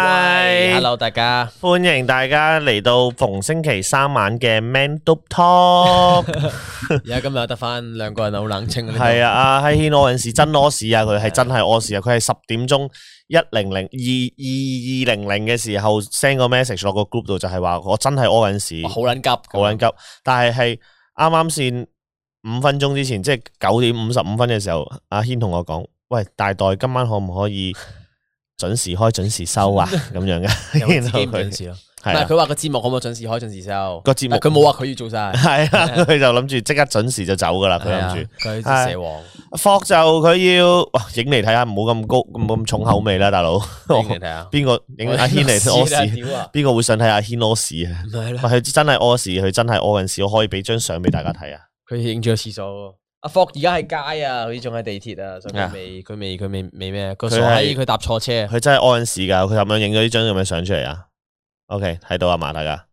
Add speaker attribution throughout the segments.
Speaker 1: Hi，
Speaker 2: Hello 大家，
Speaker 1: 欢迎大家嚟到逢星期三晚嘅 Man d o Talk。
Speaker 2: 而家今日得翻兩個人好冷清呢度
Speaker 1: 系啊，阿希軒屙緊屎真屙屎啊，佢係真係屙屎啊，佢係十點鐘一零零二二二零零嘅時候 send 個 message 落個 group 度，就係話我真係屙緊屎
Speaker 2: 哇，好撚急，
Speaker 1: 好緊急，但係係啱啱先五分鐘之前，即係九點五十五分嘅時候，阿軒同我講：，喂，大袋今晚可唔可以準時開、準時收 啊？咁樣嘅，
Speaker 2: 有 自
Speaker 1: 然
Speaker 2: 己
Speaker 1: 後
Speaker 2: 唔準
Speaker 1: 佢
Speaker 2: 時咯。
Speaker 1: 係
Speaker 2: 但
Speaker 1: 啊
Speaker 2: 係佢話個節目可唔可以準時開、準時收？
Speaker 1: 個節目
Speaker 2: 但佢冇話佢要做晒，
Speaker 1: 系啊，佢就諗住即刻準時就走噶啦，佢諗住。
Speaker 2: 係啊佢蛇 王，
Speaker 1: 霍就佢要哇影嚟睇下，唔好咁高咁咁重口味啦，大佬。
Speaker 2: 影嚟睇下。
Speaker 1: 邊個影阿軒嚟屙
Speaker 2: 我試啦
Speaker 1: 屎？
Speaker 2: 屌啊！
Speaker 1: 邊個會想睇阿軒屙屎啊？
Speaker 2: 唔係
Speaker 1: 喂，
Speaker 2: 啦，
Speaker 1: 佢真係屙屎，佢真係屙緊屎，我可以俾張相俾大家睇啊！
Speaker 2: 佢影咗個廁所喎。阿霍而家喺街啊，佢仲喺地鐵啊，所以
Speaker 1: 啊
Speaker 2: 佢未佢未佢未未咩？啊個
Speaker 1: 佢
Speaker 2: 傻閪
Speaker 1: 係
Speaker 2: 佢搭錯車，
Speaker 1: 佢真係屙緊屎㗎，佢咁樣影咗呢張咁嘅相出嚟啊！OK，睇到啊嘛，大家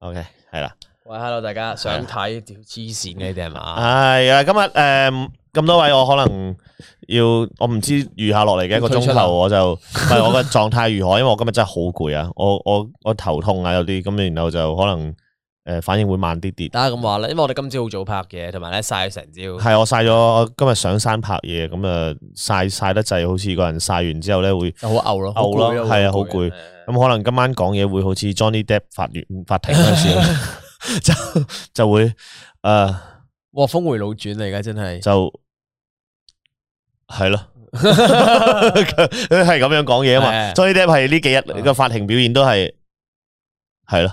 Speaker 1: OK 係啦。
Speaker 2: 喂，hello 大家，想睇屌黐線嘅你哋係嘛？
Speaker 1: 係啊啊，今日诶咁多位，我可能要我唔知餘下落嚟嘅一個鐘
Speaker 2: 退出啦
Speaker 1: 頭，我就唔係我嘅狀態如何，因為我今日真係好攰啊，我我我頭痛啊有啲，咁然後就可能诶、呃反應會慢啲啲。
Speaker 2: 大家咁話啦，因為我哋今朝好早拍嘅，同埋咧晒咗成朝。
Speaker 1: 係我晒咗，我今日上山拍嘢，咁啊晒晒得滯，好似個人晒完之後咧會。
Speaker 2: 好嘔
Speaker 1: 嘔咯
Speaker 2: 咯，好攰
Speaker 1: 係啊好攰。咁可能今晚講嘢會好似 Johnny Depp 法院法庭嗰陣時，就就會诶、呃
Speaker 2: 哇，峰回路轉嚟而家真係。
Speaker 1: 就係 咯。佢系咁样讲嘢啊嘛，
Speaker 2: 係
Speaker 1: 所以咧系呢几日个法庭表现都系系咯，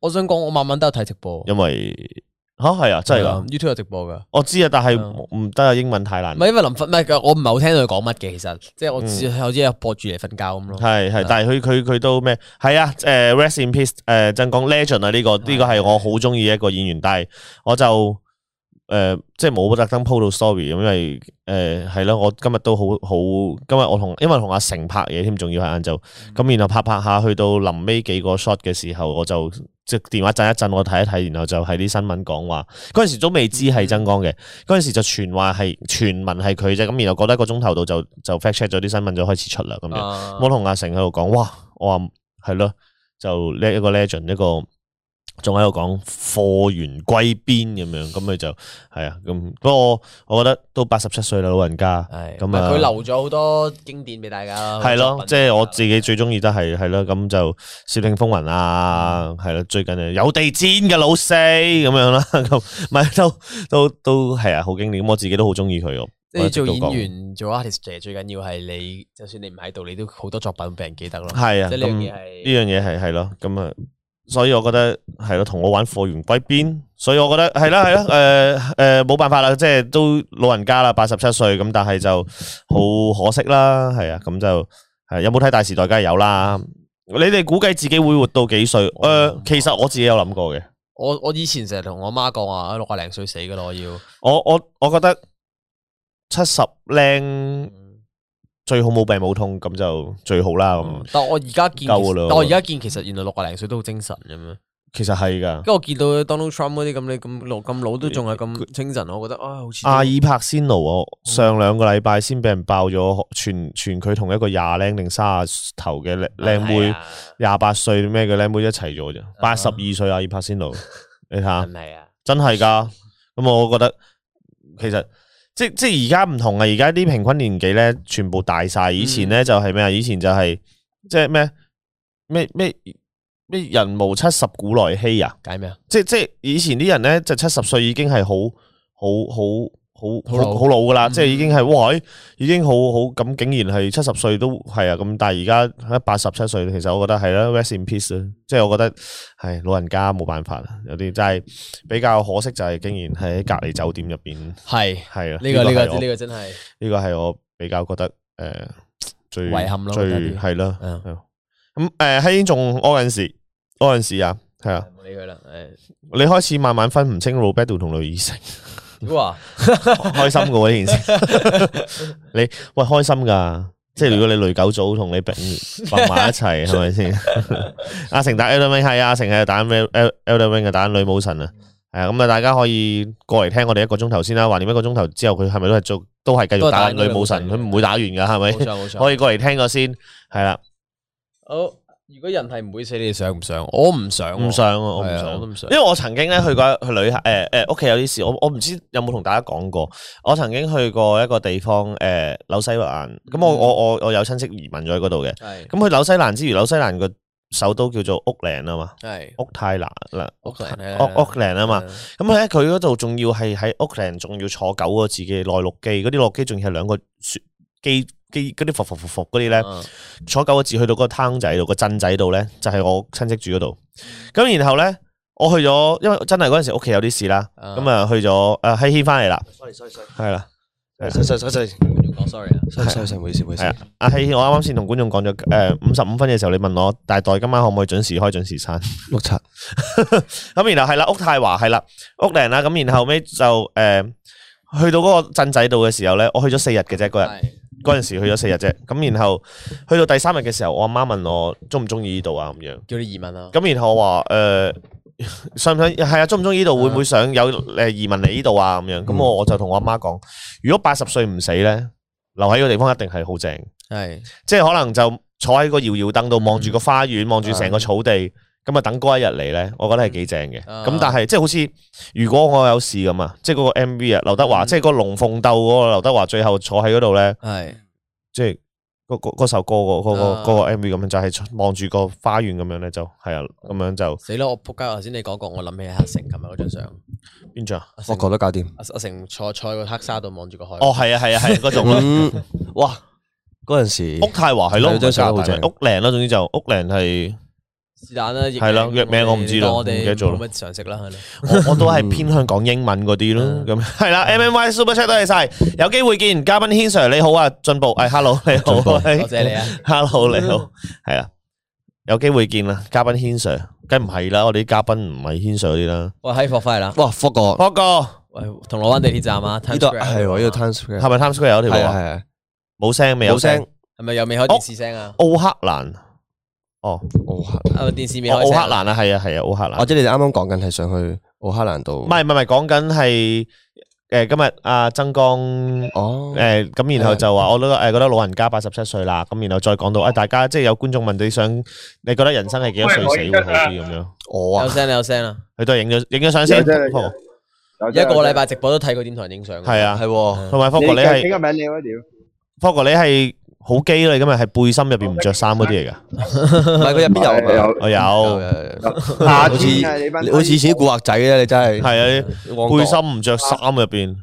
Speaker 2: 我想講，我晚晚都有睇直播，
Speaker 1: 因为吓系啊，真系噶，
Speaker 2: YouTube 有直播噶。
Speaker 1: 我知啊，但系
Speaker 2: 嗯
Speaker 1: 唔得啊，英文太难
Speaker 2: 唔，係因為臨瞓，唔係我唔係好聽佢講乜嘅，其實即係我只我只係播住嚟瞓覺咁咯。
Speaker 1: 系系，但系佢佢佢都咩？系啊，诶，Rest in Peace，诶，真讲 Legend 啊，呢个呢个系我好中意一个演员，但系我就诶即系冇特登 po 到 story，因为诶系咯，我今日都好好，今日我同因为同阿成拍嘢添，仲要係晏晝。咁然後拍拍下，去到臨尾幾個 shot 嘅時候，我就即係電話震一震，我睇一睇，然後就喺啲新聞講話，嗰陣時都未知係曾光嘅，嗰陣時就傳話係傳聞係佢啫，咁然後覺得一個鐘頭度就就 fact check 咗啲新聞就開始出啦咁樣。
Speaker 2: 啊
Speaker 1: 我同阿成喺度講，哇！我話係咯，就呢一個 legend 一個。仲喺度講貨源歸邊咁樣，咁佢就係啊，咁不過我我覺得都八十七歲啦，老人家，
Speaker 2: 係
Speaker 1: 咁
Speaker 2: 咁
Speaker 1: 啊
Speaker 2: 佢啊留咗好多經典俾大家啦。
Speaker 1: 系咯，即
Speaker 2: 係
Speaker 1: 系我自己最中意都係係咯，咁就《攝影風雲》
Speaker 2: 嗯
Speaker 1: 啊，係啦，最近啊有地氈嘅老四咁樣啦，咁咪都都都係啊，好經典，咁我自己都好中意佢喎。
Speaker 2: 即係做
Speaker 1: 我一直都
Speaker 2: 演
Speaker 1: 講
Speaker 2: 員做 artist 其實最緊要係你，就算你唔喺度，你都好多作品俾人記得咯。
Speaker 1: 係啊，
Speaker 2: 即係呢樣
Speaker 1: 咁
Speaker 2: 嘢
Speaker 1: 呢
Speaker 2: 係
Speaker 1: 樣嘢係係咯，咁啊，所以我覺得係咯，同我玩貨源歸邊，所以我覺得係啦係啦，诶诶冇辦法啦，即係都老人家啦，八十七歲咁，但係就好可惜啦，係啊，咁就系有冇睇《大時代》梗係有啦。你哋估計自己會活到幾歲？诶、其實我自己有諗過嘅，
Speaker 2: 我我以前成日同我媽講話，啊六啊零歲死㗎咯，我要。
Speaker 1: 我我我觉得七十靚最好冇病冇痛咁就最好啦。咁
Speaker 2: 但我而家見，但
Speaker 1: 夠㗎啦
Speaker 2: 我而家見其實原來六啊零歲都好精神咁樣。
Speaker 1: 其實係㗎。
Speaker 2: 跟住我見到 Donald Trump 嗰啲咁，你咁老咁老都仲係咁精神，我覺得啊，好似都
Speaker 1: 阿爾柏仙奴，我上兩個禮拜先俾人爆咗，全全佢同一個廿零定卅頭嘅靚靚妹
Speaker 2: 係，啊
Speaker 1: 廿八歲咩嘅靚妹一齊咗啫，八十二歲阿爾柏仙 奴，你睇下
Speaker 2: 係。咪啊？
Speaker 1: 真係噶。咁我覺得其實即即而家唔同啊，而家啲平均年紀咧，全部大
Speaker 2: 嗯
Speaker 1: 晒。以前咧就係咩啊？以前就係、即係咩咩咩咩人無七十古來稀啊！
Speaker 2: 解咩啊？
Speaker 1: 即即以前啲人咧就七十歲已經係好好好。好
Speaker 2: 好老
Speaker 1: 好好老噶啦，
Speaker 2: 嗯
Speaker 1: 即係已經係哇，咦已經好好咁，竟然係七十歲都係啊咁，但係而家喺八十七歲，其實我覺得係啦，rest in peace 啦，即係我覺得係老人家冇辦法啦，有啲真係比較可惜就係竟然係喺隔離酒店入邊，
Speaker 2: 係
Speaker 1: 係啊，
Speaker 2: 呢個呢
Speaker 1: 係
Speaker 2: 個
Speaker 1: 我
Speaker 2: 呢個真係
Speaker 1: 呢個係我比較覺得誒最
Speaker 2: 遺憾咯覺得
Speaker 1: 最
Speaker 2: 啲
Speaker 1: 係咯，
Speaker 2: 嗯
Speaker 1: 係咯咁誒喺英仲屙緊時屙緊時啊，係啊，
Speaker 2: 冇理佢啦。誒，
Speaker 1: 你開始慢慢分唔清 Roberto 同雷以 成。
Speaker 2: 屌啊！
Speaker 1: 开心噶呢件事， 你喂开心噶，即系如果你雷九組同你並并埋一 齊，係咪先？阿成打 Elden Ring 系阿成係打 Elden Elden Ring 嘅打女武神啊，系啊，咁啊大家可以過嚟聽我哋一個鐘頭先啦，橫掂一個鐘頭之後佢係咪都係做都係繼續打
Speaker 2: 都係打
Speaker 1: 女武神，
Speaker 2: 女武
Speaker 1: 佢
Speaker 2: 神
Speaker 1: 唔會打完噶，係
Speaker 2: 冇
Speaker 1: 咪？
Speaker 2: 錯冇錯。
Speaker 1: 可以過嚟聽過先，係啦。
Speaker 2: 好，如果人系唔會死，你哋想唔想？我唔想喎，
Speaker 1: 唔想啊，我唔
Speaker 2: 係啊
Speaker 1: 想
Speaker 2: 我都唔想
Speaker 1: 因為我曾經咧去過去旅行，誒誒屋企有啲事，我我唔知有冇同大家講過。我曾經去過一個地方，誒、紐西蘭。咁我
Speaker 2: 嗯
Speaker 1: 我我我有親戚移民咗喺嗰度嘅。
Speaker 2: 係
Speaker 1: 咁去紐西蘭之餘，紐西蘭個首都叫做屋嶺啊嘛，
Speaker 2: 係
Speaker 1: 屋太蘭啦，
Speaker 2: 屋
Speaker 1: 太
Speaker 2: 嶺咧
Speaker 1: 屋屋嶺啊嘛。
Speaker 2: 係
Speaker 1: 咁咧佢嗰度仲要係喺屋嶺，仲要坐九個字嘅內陸機，嗰啲落機仲要係兩個雪機機嗰啲伏伏伏伏嗰啲咧。
Speaker 2: 啊
Speaker 1: 坐九個字去到嗰個灘仔度，個鎮仔度咧，就係我親戚住嗰度。咁然後咧，我去咗，因為真係嗰陣時屋企有啲事啦，
Speaker 2: 啊
Speaker 1: 咁啊去咗誒喺軒翻嚟啦，
Speaker 3: sorry sorry sorry
Speaker 1: 係啦，
Speaker 3: sorry sorry sorry
Speaker 2: 要講 sorry 啊，
Speaker 3: sorry sorry sorry，唔好意思唔好意思
Speaker 1: 係，啊，阿希，我啱啱先同觀眾講咗誒五十五分嘅時候，你問我大袋今晚可唔可以準時開準時散？
Speaker 3: 碌柒
Speaker 1: 咁然後係啦，屋太華係啦，屋嶺啦，咁然後尾就誒、去到嗰個鎮仔度嘅時候咧，我去咗四日嘅啫嗰日。
Speaker 2: 係
Speaker 1: 嗰陣時去咗四日啫，咁然後去到第三日嘅時候，我阿媽問我中唔中意呢度啊咁樣，
Speaker 2: 叫你移民啊，
Speaker 1: 咁然後我話誒、呃 想唔想係啊？中唔中意呢
Speaker 2: 嗯
Speaker 1: 度？會唔會想有誒移民嚟呢度啊？咁樣咁我我就同我阿媽講，如果八十歲唔死咧，留喺個地方一定係好正，
Speaker 2: 係
Speaker 1: 即係可能就坐喺個搖搖凳度望住個花園，望住成個草地，咁啊等嗰一日嚟咧，我覺得係幾正嘅。
Speaker 2: 啊
Speaker 1: 咁但係即係好似如果我有事咁啊，即係嗰個 M V 啊，劉德華，
Speaker 2: 嗯
Speaker 1: 即係嗰個龍鳳鬥嗰個劉德華，最後坐喺嗰度咧，
Speaker 2: 係
Speaker 1: 即係。嗰嗰嗰首歌嗰嗰個
Speaker 2: 啊
Speaker 1: 嗰個 M V 咁樣就係望住個花園咁樣咧就係啊咁樣就
Speaker 2: 死啦！我仆街，頭先你講過，我諗起阿成咁啊嗰張相，
Speaker 1: 邊張啊？
Speaker 2: 阿
Speaker 3: 我
Speaker 2: 成
Speaker 3: 覺得搞掂。
Speaker 2: 阿阿成坐坐喺個黑沙度望住個海，
Speaker 1: 哦，係啊，係啊，係啊嗰種咯。
Speaker 3: 嗯，哇！嗰阵时
Speaker 1: 屋太華係咯，
Speaker 3: 係張相好正
Speaker 1: 屋嶺咯，總之就屋嶺係，
Speaker 2: 是但啦，
Speaker 1: 係啦藥名我唔知啦
Speaker 2: 我
Speaker 1: 唔記
Speaker 2: 哋
Speaker 1: 得咗啦
Speaker 2: 冇乜常識啦，係咯
Speaker 1: 我我都係偏向講英文嗰啲咯，咁係啦。M M Y Super Chat 多謝晒，有機會見嘉賓軒 Sir 你好啊，進步，誒 Hello 你好，
Speaker 3: 進步
Speaker 1: 多
Speaker 2: 多謝你啊，
Speaker 1: ，Hello 你好，係啊，有機會見啦，嘉賓軒 Sir，梗唔係啦，我哋啲嘉賓唔係軒 Sir 嗰啲啦。
Speaker 2: 喂，喺霍輝啦，
Speaker 3: 哇，福哥
Speaker 1: 波哥
Speaker 2: 喂，銅鑼灣地鐵站啊，
Speaker 3: 呢
Speaker 2: Times
Speaker 3: 度
Speaker 2: Square
Speaker 3: 係喎，呢度 Times Square
Speaker 1: 嗯係咪 Times Square 有條
Speaker 3: 係
Speaker 1: 路
Speaker 3: 啊
Speaker 1: 啊？
Speaker 3: 係啊，
Speaker 1: 冇聲未？
Speaker 3: 冇聲，
Speaker 2: 係咪又未開電視聲啊？
Speaker 1: 奧克蘭，哦，
Speaker 3: 奧克蘭
Speaker 2: 啊，電視未
Speaker 1: 哦
Speaker 2: 開
Speaker 1: 奧
Speaker 2: 聲
Speaker 1: 克
Speaker 2: 啊。
Speaker 1: 蘭啊，係啊，係啊，奧克蘭
Speaker 3: 或。者你哋啱啱講緊係想去奧克蘭度，
Speaker 1: 唔係唔係唔係，講緊係诶今日阿曾江
Speaker 3: 哦，
Speaker 1: 诶咁，然後就話我都诶觉得老人家八十七歲啦，咁然後再講到啊，大家即係有觀眾問你想你覺得人生係幾多歲死會好啲咁樣，
Speaker 3: 我啊
Speaker 2: 有，聲啦，有聲啦，
Speaker 1: 佢都係影咗影咗相先，
Speaker 4: 有真係有
Speaker 1: 同
Speaker 4: 有
Speaker 2: 一個
Speaker 4: 真係
Speaker 2: 禮拜直播都睇過點同人影相。嗯
Speaker 1: 係啊
Speaker 3: 係喎，
Speaker 1: 埋福
Speaker 4: 你
Speaker 1: 哥你
Speaker 4: 你
Speaker 1: 係
Speaker 4: 個名你嗰屌，
Speaker 1: 福哥你係好基啦，你今日係背心入边唔着衫嗰啲嚟噶，
Speaker 3: 唔係佢入邊有啊 哦
Speaker 4: 有
Speaker 1: 我有
Speaker 3: 有
Speaker 4: 夏
Speaker 3: 好似
Speaker 4: 天啊，你班
Speaker 3: 你好似似啲古惑仔咧，你真
Speaker 1: 係
Speaker 3: 係
Speaker 1: 啊
Speaker 3: 旺角
Speaker 1: 背心唔着衫入边。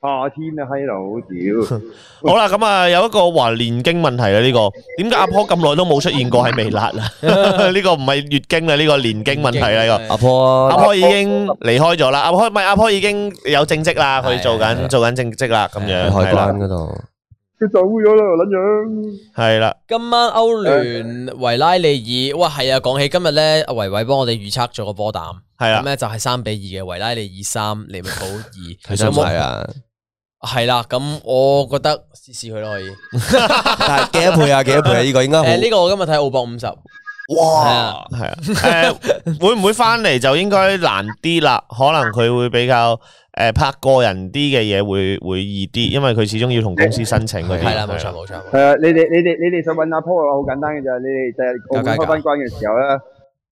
Speaker 4: 夏天啊，閪佬屌，
Speaker 1: 好啦，咁啊有一個話年經問題啦，呢個點解阿婆咁耐都冇出現過喺微辣 啊？呢個唔係月經啦，呢個年經問題啦，呢個。
Speaker 3: 阿婆
Speaker 1: 阿
Speaker 3: 啊，
Speaker 1: 婆已經離開咗啦，阿婆唔係阿婆已經有正職啦，佢
Speaker 2: 係
Speaker 1: 做
Speaker 2: 係
Speaker 1: 緊
Speaker 2: 係
Speaker 1: 做緊正職啦，咁樣
Speaker 3: 海
Speaker 1: 係啦
Speaker 3: 關，嗰度，
Speaker 4: 佢走咗啦，撚樣。
Speaker 1: 係啦，
Speaker 2: 今晚歐聯維拉利爾，哇係啊！講起今日咧，阿維維幫我哋預測咗個波膽，
Speaker 1: 係啊啦，
Speaker 2: 咁咧就係三比二嘅維拉利爾三，利物浦二。
Speaker 3: 睇
Speaker 2: 有
Speaker 3: 想
Speaker 2: 冇
Speaker 3: 買啊，
Speaker 2: 係啦，咁我覺得試試佢咯可以。
Speaker 3: 但係幾多倍啊？幾多 倍啊？呢個應該好
Speaker 2: 誒呢個我今日睇澳博五
Speaker 1: 啊
Speaker 2: 十，係
Speaker 3: 哇！
Speaker 2: 啊，
Speaker 1: 係啊，誒會唔會翻嚟就應該難啲啦？可能佢會比較誒拍個人啲嘅嘢會會易啲，因為佢始終要同公司申請嗰啲，
Speaker 2: 係啦，冇
Speaker 1: 係
Speaker 2: 錯
Speaker 1: 啊
Speaker 2: 冇錯。冇錯
Speaker 4: 係啊，你哋你哋你哋想揾阿 Paul 啊好簡單嘅咋，你哋就係澳門開翻關嘅時候咧，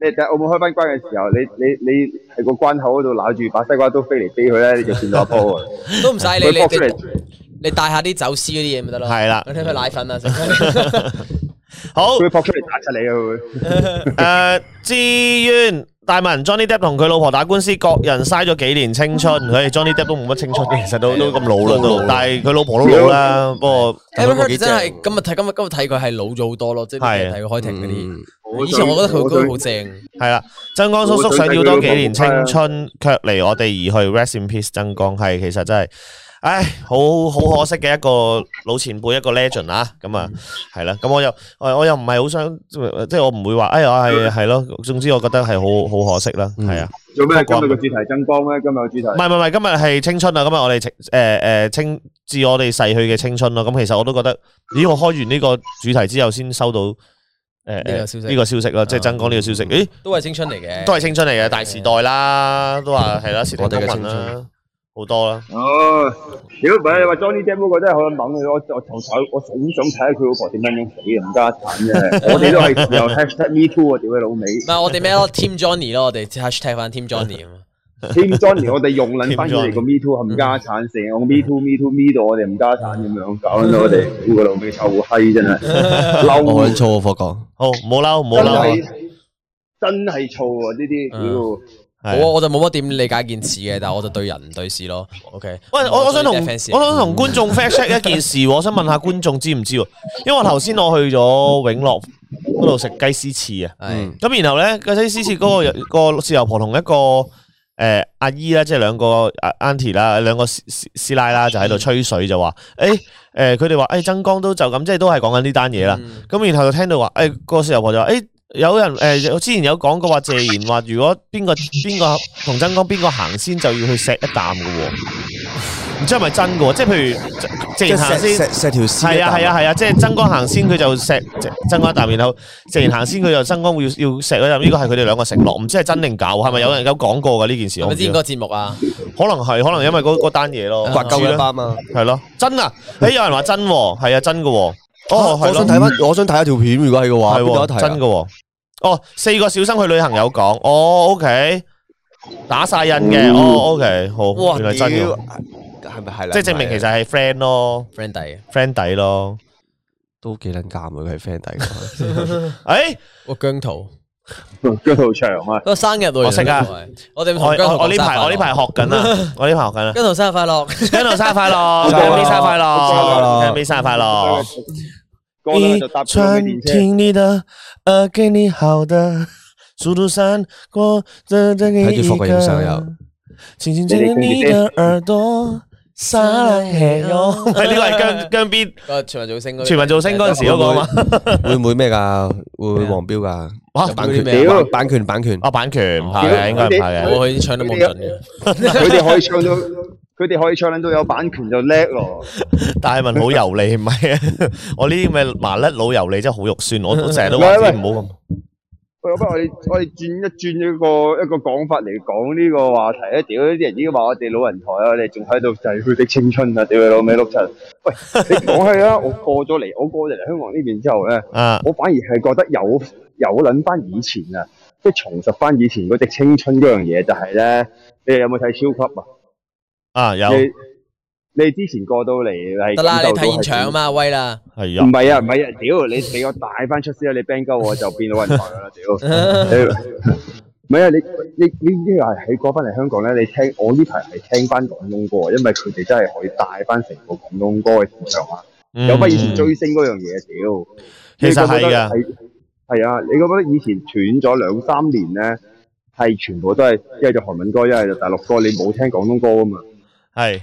Speaker 4: 你哋就係澳門開翻關嘅時候，你你你喺個關口嗰度揦住把西瓜刀飛嚟飛去咧，你就見到阿 Paul 啊，
Speaker 2: 都唔使你
Speaker 4: 佢搏出
Speaker 2: 你
Speaker 4: 嚟。
Speaker 2: 你帶下啲走私嗰啲嘢咪得咯。
Speaker 1: 係啦
Speaker 2: 你睇佢奶 粉啊，食
Speaker 1: 好
Speaker 4: 佢。會撲出嚟打柒你啊！佢
Speaker 1: 诶，志渊、大文、Johnny Depp 同佢老婆打官司，各人嘥咗幾年青春。佢哋 Johnny Depp 都冇乜青春，其實都都咁老啦
Speaker 3: 都老
Speaker 1: 都
Speaker 3: 啦，
Speaker 1: 但係佢老婆都老啦。不過
Speaker 2: e v
Speaker 3: 咁
Speaker 2: e
Speaker 3: 都
Speaker 2: r t
Speaker 3: 幾正
Speaker 2: 真
Speaker 3: 喎
Speaker 2: 係今日睇今日今日睇佢係老咗好多咯，即係
Speaker 1: 係啊
Speaker 2: 睇佢開庭嗰啲。
Speaker 3: 嗯
Speaker 4: 會
Speaker 2: 以前我覺得佢
Speaker 4: 對
Speaker 2: 都好正。
Speaker 1: 係啦，曾江叔叔想要多幾年青春，卻離我哋而去。Rest in peace，曾江係其實真係，唉，好好可惜嘅一個老前輩，一個 legend 啊。咁啊，係啦，咁我又我我又唔係好想，即係我唔會話，哎呀，係係咯。總之我覺得係好好可惜啦，係啊。
Speaker 4: 做咩？今日個主題增光咩？今日個主題
Speaker 1: 唔係唔係，今日係青春啊！今日我哋青诶诶青致我哋逝去嘅青春咯。咁其實我都覺得，咦！我開完呢個主題之後，先收到诶
Speaker 2: 呢個消息啊
Speaker 1: 呢個消息啦，即係曾講呢個消息，咦，
Speaker 2: 都係青春嚟嘅，
Speaker 1: 都係青春嚟嘅大時代啦，都話係啦，時代
Speaker 3: 我哋嘅
Speaker 1: 金
Speaker 3: 青
Speaker 1: 啦
Speaker 3: 春，
Speaker 1: 好多啦。
Speaker 4: 哦，屌，唔係你話 Johnny Depp 嗰個真係好撚猛嘅，我我頭頭我好想睇下佢老婆點樣樣死啊，唔家產 啫，我哋都係又 hashtag me too 啊，屌佢老味
Speaker 2: 唔系我哋咩咯？Team Johnny 咯，我哋 hashtag 翻 Team Johnny 啊嘛。
Speaker 4: ，Team Johnny 我哋用撚翻佢哋個 me too 冚家產，成日我 me too me too me 到我哋冚家產咁樣搞撚到我哋， 屌佢老味臭閪真係， 嬲
Speaker 3: 我好撚燥啊，霍哥。
Speaker 1: 好，唔好嬲，唔好
Speaker 4: 真
Speaker 1: 嬲
Speaker 4: 係啊真係燥啊呢啲，屌！
Speaker 1: 啊。係
Speaker 2: 我我就冇乜點理解件事嘅，但系我就對人唔對事咯。OK，
Speaker 1: 喂，我我想同
Speaker 2: 我
Speaker 1: 我
Speaker 2: 哋 fans 嚟
Speaker 1: 想同觀眾 fact check 一件事喎，我想問下觀眾知唔知喎？因為我頭先我去咗永樂嗰度食雞絲翅啊，
Speaker 2: 係
Speaker 1: 咁然後咧雞絲翅嗰個有個豉油婆同一個誒阿姨啦，即係兩個阿 auntie 啦，兩個師師師奶啦，就喺度吹水就話誒誒，佢哋話誒曾江都就咁，即係都係講緊呢單嘢啦。
Speaker 2: 嗯
Speaker 1: 咁然後就聽到話，誒、個豉油婆就話，誒、有人誒、有之前有講過話謝賢話，如果邊個邊個同曾江邊個行先，就要去錫一啖嘅喎。唔知係咪真嘅喎？即係譬如謝
Speaker 3: 即
Speaker 1: 賢
Speaker 3: 係
Speaker 1: 行
Speaker 3: 錫
Speaker 1: 先，
Speaker 3: 錫錫條絲。
Speaker 1: 係啊係啊係啊，即係曾江行先，佢就錫曾江一啖，然後謝賢行先，佢就曾江會要要錫一啖。呢個係佢哋兩個承諾，唔知係真定假喎？係咪有人有講過嘅呢件事？
Speaker 2: 係
Speaker 1: 我
Speaker 2: 咪
Speaker 1: 唔
Speaker 2: 之前
Speaker 1: 知啊
Speaker 2: 嗰個節目啊？
Speaker 1: 可能係，可能因為嗰嗰單嘢咯，
Speaker 3: 嗯刮鳩
Speaker 1: 唔
Speaker 3: 一
Speaker 1: 知啦，
Speaker 3: 班啊！
Speaker 1: 係咯，真啊！誒有人話真喎，係啊真嘅喎，
Speaker 3: 哦
Speaker 1: 哦，
Speaker 3: 我
Speaker 1: 係咯
Speaker 3: 想。睇翻，我想睇下條片，如果係嘅話，
Speaker 1: 係
Speaker 3: 邊
Speaker 1: 喎，
Speaker 3: 有得睇
Speaker 1: 真嘅
Speaker 3: 啊？
Speaker 1: 喎。哦，四個小生去旅行有講，哦，OK，打晒印嘅，哦，OK，好，
Speaker 3: 嗯哇，
Speaker 1: 原
Speaker 3: 屌，
Speaker 1: 來真嘅，
Speaker 3: 係咪係啦？啊
Speaker 1: 即係證明其實係 friend 咯
Speaker 2: friend 弟，
Speaker 1: ，friend 底咯。
Speaker 3: 都幾撚尷啊佢係 friend 底嘅。
Speaker 1: 誒，
Speaker 2: 哇姜濤，
Speaker 4: 姜浩翔啊
Speaker 2: 不，過生日喎，
Speaker 1: 我食啊
Speaker 2: 原來係！我哋唔
Speaker 1: 我
Speaker 2: 同姜
Speaker 1: 我
Speaker 2: 濤
Speaker 1: 我呢
Speaker 2: 講生日
Speaker 1: 排我呢
Speaker 2: 快樂
Speaker 1: 排學緊 啦，我呢排學緊啦。
Speaker 2: 姜濤生日快樂，
Speaker 1: 聽到生日快樂，
Speaker 3: 生日
Speaker 1: 聽
Speaker 3: 快樂
Speaker 1: 到生日快樂，
Speaker 3: 生日快樂
Speaker 1: 聽到生日快樂。
Speaker 4: 歌咧就搭佢嘅電車，
Speaker 1: 听你的，呃，给你好的，速度闪过的这个
Speaker 3: 睇住霍國影相又
Speaker 1: 轻轻
Speaker 4: 你哋跟住
Speaker 1: 耳朵，撒浪 嘿喲。唔係呢個係姜姜邊
Speaker 2: 個啊全民造星嗰個
Speaker 1: 全民造星嗰陣時嗰個啊嘛，啊
Speaker 3: 會唔會咩㗎？會唔會黃標㗎？
Speaker 1: 嚇
Speaker 3: 版
Speaker 2: 會咩
Speaker 3: 權
Speaker 4: 啊
Speaker 3: 版版權版權。
Speaker 1: 啊版權唔怕嘅，應該唔怕嘅。
Speaker 2: 我已經唱得冇咁準嘅，
Speaker 4: 佢哋可以唱到，佢哋可以唱撚到有版權就叻咯。
Speaker 1: 但係問好油膩唔係啊？ 我呢啲咪麻甩佬油膩真係好肉酸，我我成日都話自
Speaker 4: 喂喂
Speaker 1: 己唔好咁。
Speaker 4: 喂，不如我哋我哋轉一轉一個一個講法嚟講呢個話題咧。屌，啲人已經話我哋老人台啊，我哋仲喺度就係佢的青春啊！屌你老味碌柒。喂，你講係啦，我過咗嚟，我過咗嚟香港呢邊之後咧，
Speaker 1: 啊，
Speaker 4: 我反而係覺得有有撚翻以前啊，即係重拾翻以前嗰隻青春嗰樣嘢，就係咧，你哋有冇睇超級啊？
Speaker 1: 啊有
Speaker 4: 你你之前過到嚟係
Speaker 2: 得啦，你
Speaker 4: 感受到
Speaker 2: 睇現
Speaker 4: 係
Speaker 2: 場啊嘛，威 啦，
Speaker 1: 係
Speaker 4: 點
Speaker 1: 啊
Speaker 4: 唔。係啊，唔係啊，屌你俾我帶翻出先啊！你 band 鳩我就變老人台啦，屌！ 你唔係啊，你你你呢排喺過翻嚟香港咧，你聽我呢排係聽翻廣東歌啊，因為佢哋真係可以帶翻成個廣東歌嘅市場啊，有翻以前追星嗰樣嘢，屌！
Speaker 1: 嗯其實係㗎
Speaker 4: 你覺得係，係啊，你覺得以前斷咗兩三年咧，係全部都係一係就韓文歌，一係就大陸歌，你冇聽廣東歌啊嘛。
Speaker 1: 係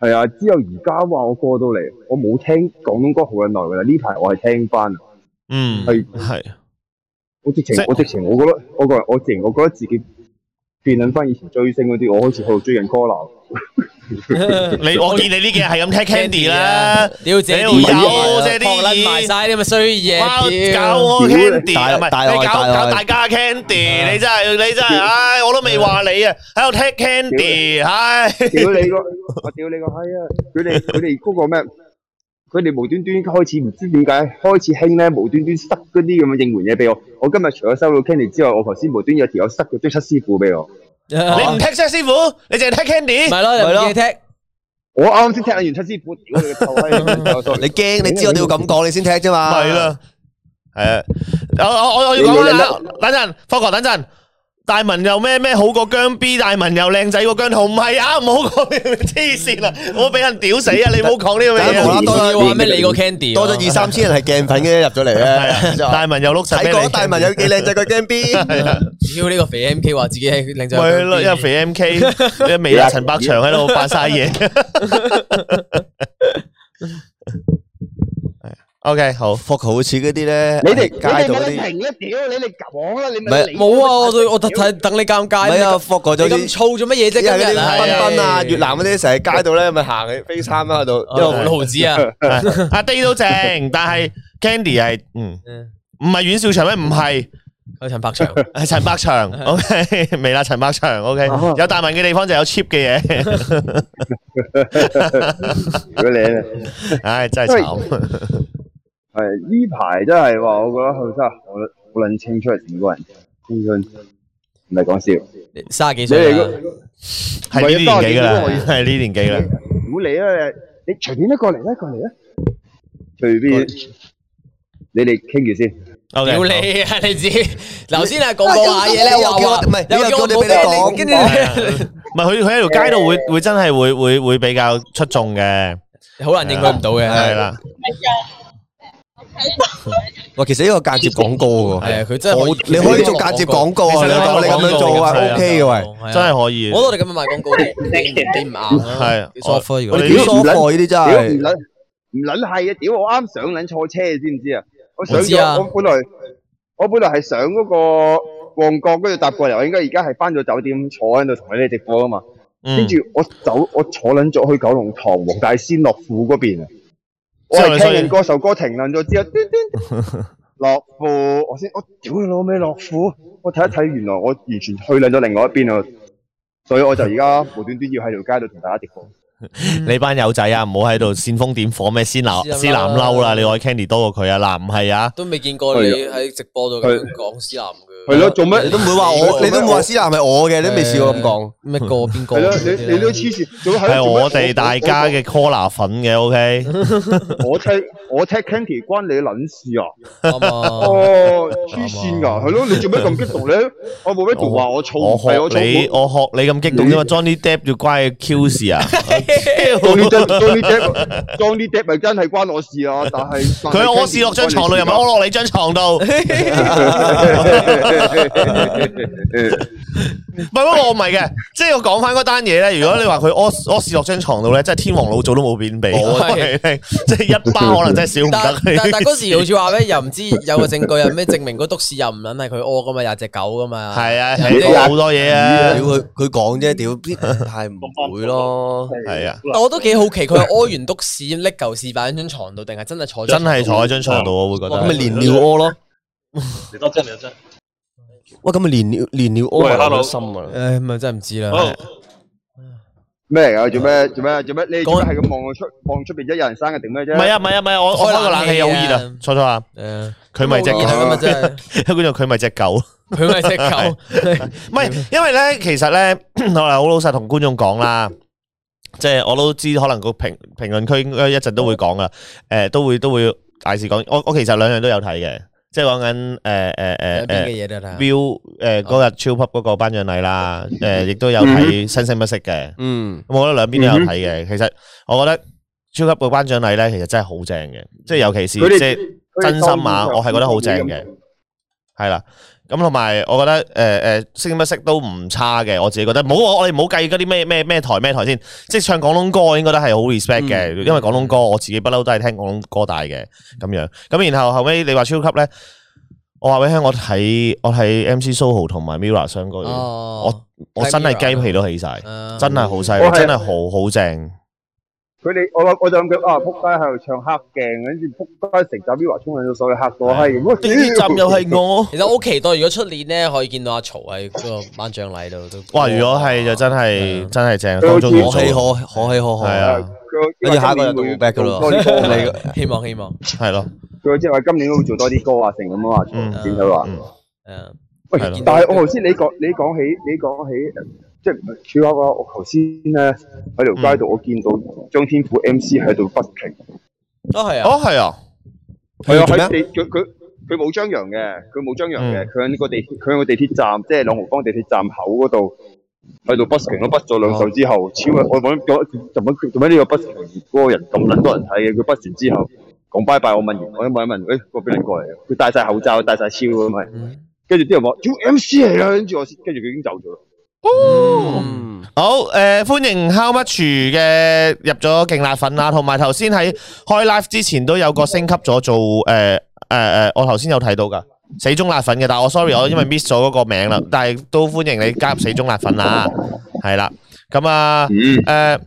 Speaker 4: 係啊，之後而家話我過到嚟，我冇聽廣東歌好撚耐㗎啦。呢排我係聽翻，
Speaker 1: 嗯
Speaker 4: 係
Speaker 1: 係。
Speaker 4: 我直情
Speaker 1: 即
Speaker 4: 我直情，我覺得我個人我直情，我覺得自己變撚翻以前追星嗰啲，我開始喺度追緊 call 流。
Speaker 1: 你我見你呢幾日係咁聽 Candy 啦。，
Speaker 2: 啊屌姐
Speaker 1: 屌有啫啲
Speaker 2: 學啊撚埋晒啲咁嘅衰
Speaker 1: 哇！
Speaker 2: 嘢，
Speaker 1: 搞
Speaker 2: 屌
Speaker 1: 我 Candy
Speaker 3: 大
Speaker 1: 啊，唔
Speaker 3: 大
Speaker 1: 係
Speaker 3: 愛
Speaker 1: 你搞
Speaker 3: 大愛
Speaker 1: 搞大家 Candy，你真係你真係，唉，我都未話你啊，喺度踢 Candy，唉，
Speaker 4: 屌你個，我屌你個閪啊！佢哋佢哋嗰個咩？佢哋無端端開始唔知點解開始興咧，無端端塞嗰啲咁嘅應援嘢俾我。我今日除咗收到 Candy 之外，我頭先無端有條友塞咗堆七師傅俾我。
Speaker 1: 你
Speaker 2: 你
Speaker 1: 唔踢啫，師傅，你淨係踢 Candy，
Speaker 2: 咪咯，
Speaker 3: 咪
Speaker 2: 咪
Speaker 3: 咯
Speaker 2: 咯，踢。
Speaker 4: 我啱啱先聽完七師傅，屌你個臭 閪！
Speaker 3: 你驚？你知我哋要咁講，你先踢啫嘛。
Speaker 1: 係啦，係啊，我我我我要講啦，等陣，科哥等陣。大文又咩咩好過姜 B，大文又靚仔過姜濤，唔係啊，唔好 講呢啲黐線啦，我俾人屌死啊！你唔好講呢啲咁嘅嘢
Speaker 3: 無啦啦。多咗
Speaker 2: 要話咩？你個 Candy 啊
Speaker 3: 多咗二三千人係鏡粉嘅入咗嚟咧，
Speaker 1: 係啊大文又碌柒
Speaker 3: 睇
Speaker 1: 咩
Speaker 3: 過大文有幾靚仔個 Game B，
Speaker 2: 屌呢個肥 MK 話自己係靚仔，
Speaker 1: 咪咯，因為肥 M K，一味啊陳百祥喺度扮晒嘢。O K，好，啊
Speaker 3: 霍豪好似嗰啲咧，
Speaker 4: 你哋
Speaker 3: 喺街度嗰啲，唔
Speaker 4: 停啦，屌你哋講啦，你
Speaker 3: 咪
Speaker 4: 理
Speaker 2: 冇啊！我對我睇等你尷尬，
Speaker 3: 係啊，霍哥
Speaker 2: 你
Speaker 3: 就好似
Speaker 2: 咁燥做乜嘢啫？
Speaker 3: 即
Speaker 2: 今
Speaker 3: 係嗰
Speaker 2: 日
Speaker 3: 啲賓賓啊、越南嗰啲，成日街度咧咪行嘅飛衫啊啦喺度，
Speaker 1: 哦
Speaker 2: 一
Speaker 3: 因為
Speaker 2: 毫子 啊，
Speaker 1: 阿 D 都正，但係 Candy 係嗯
Speaker 2: 嗯，
Speaker 1: 唔係阮兆祥咩？唔係
Speaker 2: 有陳百祥，
Speaker 1: 系陈百祥，OK，微辣陳百祥，OK，
Speaker 4: 啊
Speaker 1: 有大文嘅地方就有 cheap 嘅嘢，
Speaker 4: 如果你咧。
Speaker 1: 唉，真係慘。
Speaker 4: 系呢排真係話，我覺得後生好好撚青春，成個人青春唔係講笑。
Speaker 2: 卅幾
Speaker 4: 你
Speaker 2: 歲啊
Speaker 1: 係呢啲年紀㗎
Speaker 2: 啦
Speaker 4: 哋嗰
Speaker 1: 啦，
Speaker 4: 唔係啊
Speaker 1: 係呢年紀㗎啦。
Speaker 4: 唔好理啦，你隨便一過嚟啦，過嚟啦，隨便你哋傾住先。
Speaker 1: OK，
Speaker 2: 屌
Speaker 1: 好
Speaker 2: 你啊！你知頭先啊講講下嘢咧，
Speaker 3: 你又
Speaker 2: 話
Speaker 3: 叫我
Speaker 2: 話
Speaker 3: 唔係你又
Speaker 2: 叫
Speaker 3: 叫
Speaker 2: 我
Speaker 3: 我哋俾你
Speaker 2: 冇
Speaker 3: 講
Speaker 2: 跟
Speaker 1: 唔係佢佢喺條街度會會真係會會會比較出眾嘅，
Speaker 2: 住好難應對唔到嘅，
Speaker 1: 係啦。
Speaker 3: 喂，其實呢個間接廣告喎，
Speaker 2: 係啊，佢 真係
Speaker 3: 我你可以做間接廣告啊，
Speaker 1: 其實
Speaker 3: 你
Speaker 1: 你
Speaker 3: 當你咁樣做啊
Speaker 1: 係啊
Speaker 3: ，OK 嘅喂。
Speaker 2: 喂
Speaker 1: 真係可以。
Speaker 2: 我覺得你咁樣賣廣告幾幾唔啱啊，
Speaker 1: 係啊
Speaker 2: 幾 soft 啊如
Speaker 1: 我
Speaker 2: 果
Speaker 1: 哋
Speaker 2: 你
Speaker 3: 你
Speaker 1: 屌
Speaker 3: 啲 soft 貨呢啲真
Speaker 4: 屌唔
Speaker 3: 係，
Speaker 4: 撚唔撚係啊！屌我啱上撚錯車，你知唔知啊？我上
Speaker 2: 我知啊
Speaker 4: 咗，我本來我本來係上嗰個旺角跟住搭過嚟，我應該而家係翻咗酒店坐喺度同你哋直播啊嘛。跟
Speaker 1: 嗯，
Speaker 4: 住我走，我坐撚咗去九龍塘黃大仙樂富嗰邊啊！我
Speaker 1: 之後你
Speaker 4: 係聽
Speaker 1: 所以
Speaker 4: 緊嗰首歌停撚咗之後，叮叮樂富，我先我屌你老味樂富，我睇一睇，原來我完全去撚咗另外一邊啊！所以我就而家無端端要喺條街度同大家直播。
Speaker 1: 你班友仔啊，唔好喺度煽風點火咩？先男
Speaker 2: 知啦
Speaker 1: 先男嬲啊啦，你愛 Candy 多過佢啊！嗱，唔係啊，
Speaker 2: 都未見過你喺直播度咁樣講思南嘅，
Speaker 4: 係咯，做咩
Speaker 3: 你都唔會話我，你都唔會話思南係我嘅，你都未試過咁講。
Speaker 2: 咩個邊個
Speaker 4: 係咯，你你都黐
Speaker 2: 知
Speaker 4: 線，做咩
Speaker 1: 係啊
Speaker 4: 係咯
Speaker 1: 我哋大家。嘅 Cola 粉嘅，OK。
Speaker 4: 做咩我我我我踢我踢 Candy 關你撚事啊！
Speaker 2: 嘛？
Speaker 4: 哦，黐線㗎，係咯，你做咩咁激動咧？我冇咩動話，我燥，
Speaker 1: 我學
Speaker 4: 係我
Speaker 1: 你，
Speaker 4: 燥。
Speaker 1: 我學你咁激動啫嘛。Johnny Depp 要乖 Q 事 啊，
Speaker 4: Johnny Depp，Johnny Depp，Johnny Depp 咪真係關我事啊！但係
Speaker 1: 佢屙屎落張床度，又咪屙落你張床度。 唔係不過我唔係嘅，即係我講翻嗰單嘢咧。如果你話佢屙屙屎落張床度咧，真係天王老祖都冇面俾，
Speaker 2: 冇啊
Speaker 1: 我哋聽即哦係一巴可能真係少唔
Speaker 2: 但
Speaker 1: 得。
Speaker 2: 但但嗰時好似話咩？又唔知有個證據，又咩證明嗰督屎又唔撚係佢屙噶嘛，有隻狗噶 嘛。
Speaker 1: 係啊，
Speaker 2: 人
Speaker 1: 係
Speaker 2: 哋
Speaker 1: 好多嘢啊
Speaker 3: 屌，佢佢講啫，屌邊係唔會咯。
Speaker 1: 係啊，
Speaker 2: 但我都幾好奇佢係屙完督屎拎嚿屎擺喺張床度，定係真係坐咗
Speaker 1: 真係坐喺張床度，我會覺
Speaker 3: 咁咪
Speaker 1: 得。
Speaker 3: 連尿屙咯。
Speaker 5: 你多真你多真，
Speaker 3: 哇，咁咪連尿連尿屙
Speaker 5: 喂
Speaker 3: 埋落
Speaker 5: hello
Speaker 3: 心啊！
Speaker 2: 唉，咪真係唔知啦
Speaker 5: 好。
Speaker 4: 咩嚟㗎？做咩做咩做咩？你做
Speaker 2: 講
Speaker 4: 咩係咁望我出望出邊啫？有人生嘅定咩啫？
Speaker 1: 唔係啊，唔係啊，唔係啊，我我
Speaker 2: 開
Speaker 1: 開個冷氣好
Speaker 2: 冷氣
Speaker 1: 熱啊，
Speaker 2: 啊
Speaker 1: 錯錯啊，
Speaker 2: 誒，
Speaker 1: 佢咪隻
Speaker 2: 咁冇意
Speaker 1: 狗，
Speaker 2: 啦咁啊真係，
Speaker 1: 觀 眾佢咪隻狗。
Speaker 2: 佢咪隻狗。
Speaker 1: 唔 係，因為咧，其實咧， 我係好老實同觀眾講啦，即係我都知，可能個評評論區應該一陣都會講噶，啊誒、都會都會大事講。我我其實兩樣都有睇嘅，即係講緊誒誒誒誒
Speaker 2: 兩邊嘅嘢哦都有 睇下。
Speaker 1: View 誒嗰日超級嗰個頒獎禮啦，誒、
Speaker 2: 嗯
Speaker 1: 亦都有睇新星不息嘅。
Speaker 3: 嗯，
Speaker 1: 咁我覺得兩邊都有睇
Speaker 2: 嗯
Speaker 1: 嘅。其實我覺得超級個頒獎禮咧，其實真係好正嘅，即係尤其是
Speaker 4: 佢哋
Speaker 1: 即係。
Speaker 4: 佢哋
Speaker 1: 真心啊，
Speaker 4: 當
Speaker 1: 我係覺得好正嘅，係啦。咁同埋我覺得誒誒星不息都唔差嘅，我自己覺得。唔好我我哋唔好計嗰啲咩咩咩台咩台先，即係唱廣東歌應該都係好 respect 嘅，因為廣東歌我自己不嬲都係聽廣東歌大嘅咁樣。咁然後後尾你話超級咧，我話俾你聽，我睇我睇 MC Soho 同埋 Mira 相嗰段，
Speaker 2: 哦，
Speaker 1: 我真係雞皮都起晒，
Speaker 2: 啊
Speaker 1: 真係好犀
Speaker 4: 我
Speaker 1: 利，
Speaker 4: 係
Speaker 1: 真係好好正。
Speaker 4: 佢哋我我就諗佢啊，撲街喺度唱黑鏡，跟住撲街成集 Viva 衝緊咗所有黑過閪。我
Speaker 1: 呢站又係我。
Speaker 2: 其實我好期待，如果出年咧可以見到阿曹喺嗰個頒獎禮度都。
Speaker 1: 哇！如果係就真
Speaker 2: 係
Speaker 1: 係
Speaker 2: 啊
Speaker 1: 真係正，
Speaker 4: 佢
Speaker 1: 當
Speaker 4: 好
Speaker 1: 中
Speaker 4: 似
Speaker 1: 元
Speaker 3: 可
Speaker 1: 素
Speaker 3: 喜可可喜可賀
Speaker 1: 係啊
Speaker 4: 佢
Speaker 3: 跟住下一個人就冇 back 噶咯。
Speaker 4: 你
Speaker 2: 希望希望，
Speaker 1: 係咯，
Speaker 4: 佢即係話今年會做多啲歌啊，成咁啊嘛，
Speaker 1: 嗯
Speaker 4: 點佢話？
Speaker 1: 嗯
Speaker 2: 誒，
Speaker 4: 喂
Speaker 1: 係咯，
Speaker 4: 但係我頭先你講你講起你講起即係唔係 Q Up 啊！我頭先咧喺條街度，我見到張天賦 M C 喺度不停，
Speaker 2: 都係啊，
Speaker 1: 哦係啊，
Speaker 4: 係啊
Speaker 3: 做咩
Speaker 4: 喺地佢佢佢冇張揚嘅，佢冇張揚嘅，佢喺個地佢喺個地鐵站，即係朗豪坊地鐵站口嗰度。喺度 busking 咯，bus 咗兩首之後，超啊我揾咗做乜做乜呢個 busking 嗰個人咁撚多人睇嘅，佢 bus 完之後講拜拜，我問完，我一問一問，誒個邊撚過嚟嘅？佢戴晒口罩，戴晒超咁係。
Speaker 2: 嗯
Speaker 4: 跟住啲人話屌 MC 嚟啦，啊跟住我先，跟住佢已經走咗啦。
Speaker 3: 嗯，
Speaker 1: 好诶、呃歡迎 How Much 嘅入咗勁辣粉啦，同埋頭先喺開 live 之前都有個升級咗做诶诶诶，我頭先有睇到噶死忠辣粉嘅，但我 sorry 我因為 miss 咗嗰個名啦，但係都歡迎你加入死忠辣粉啦，係啦，咁啊
Speaker 4: 嗯，
Speaker 1: 诶、呃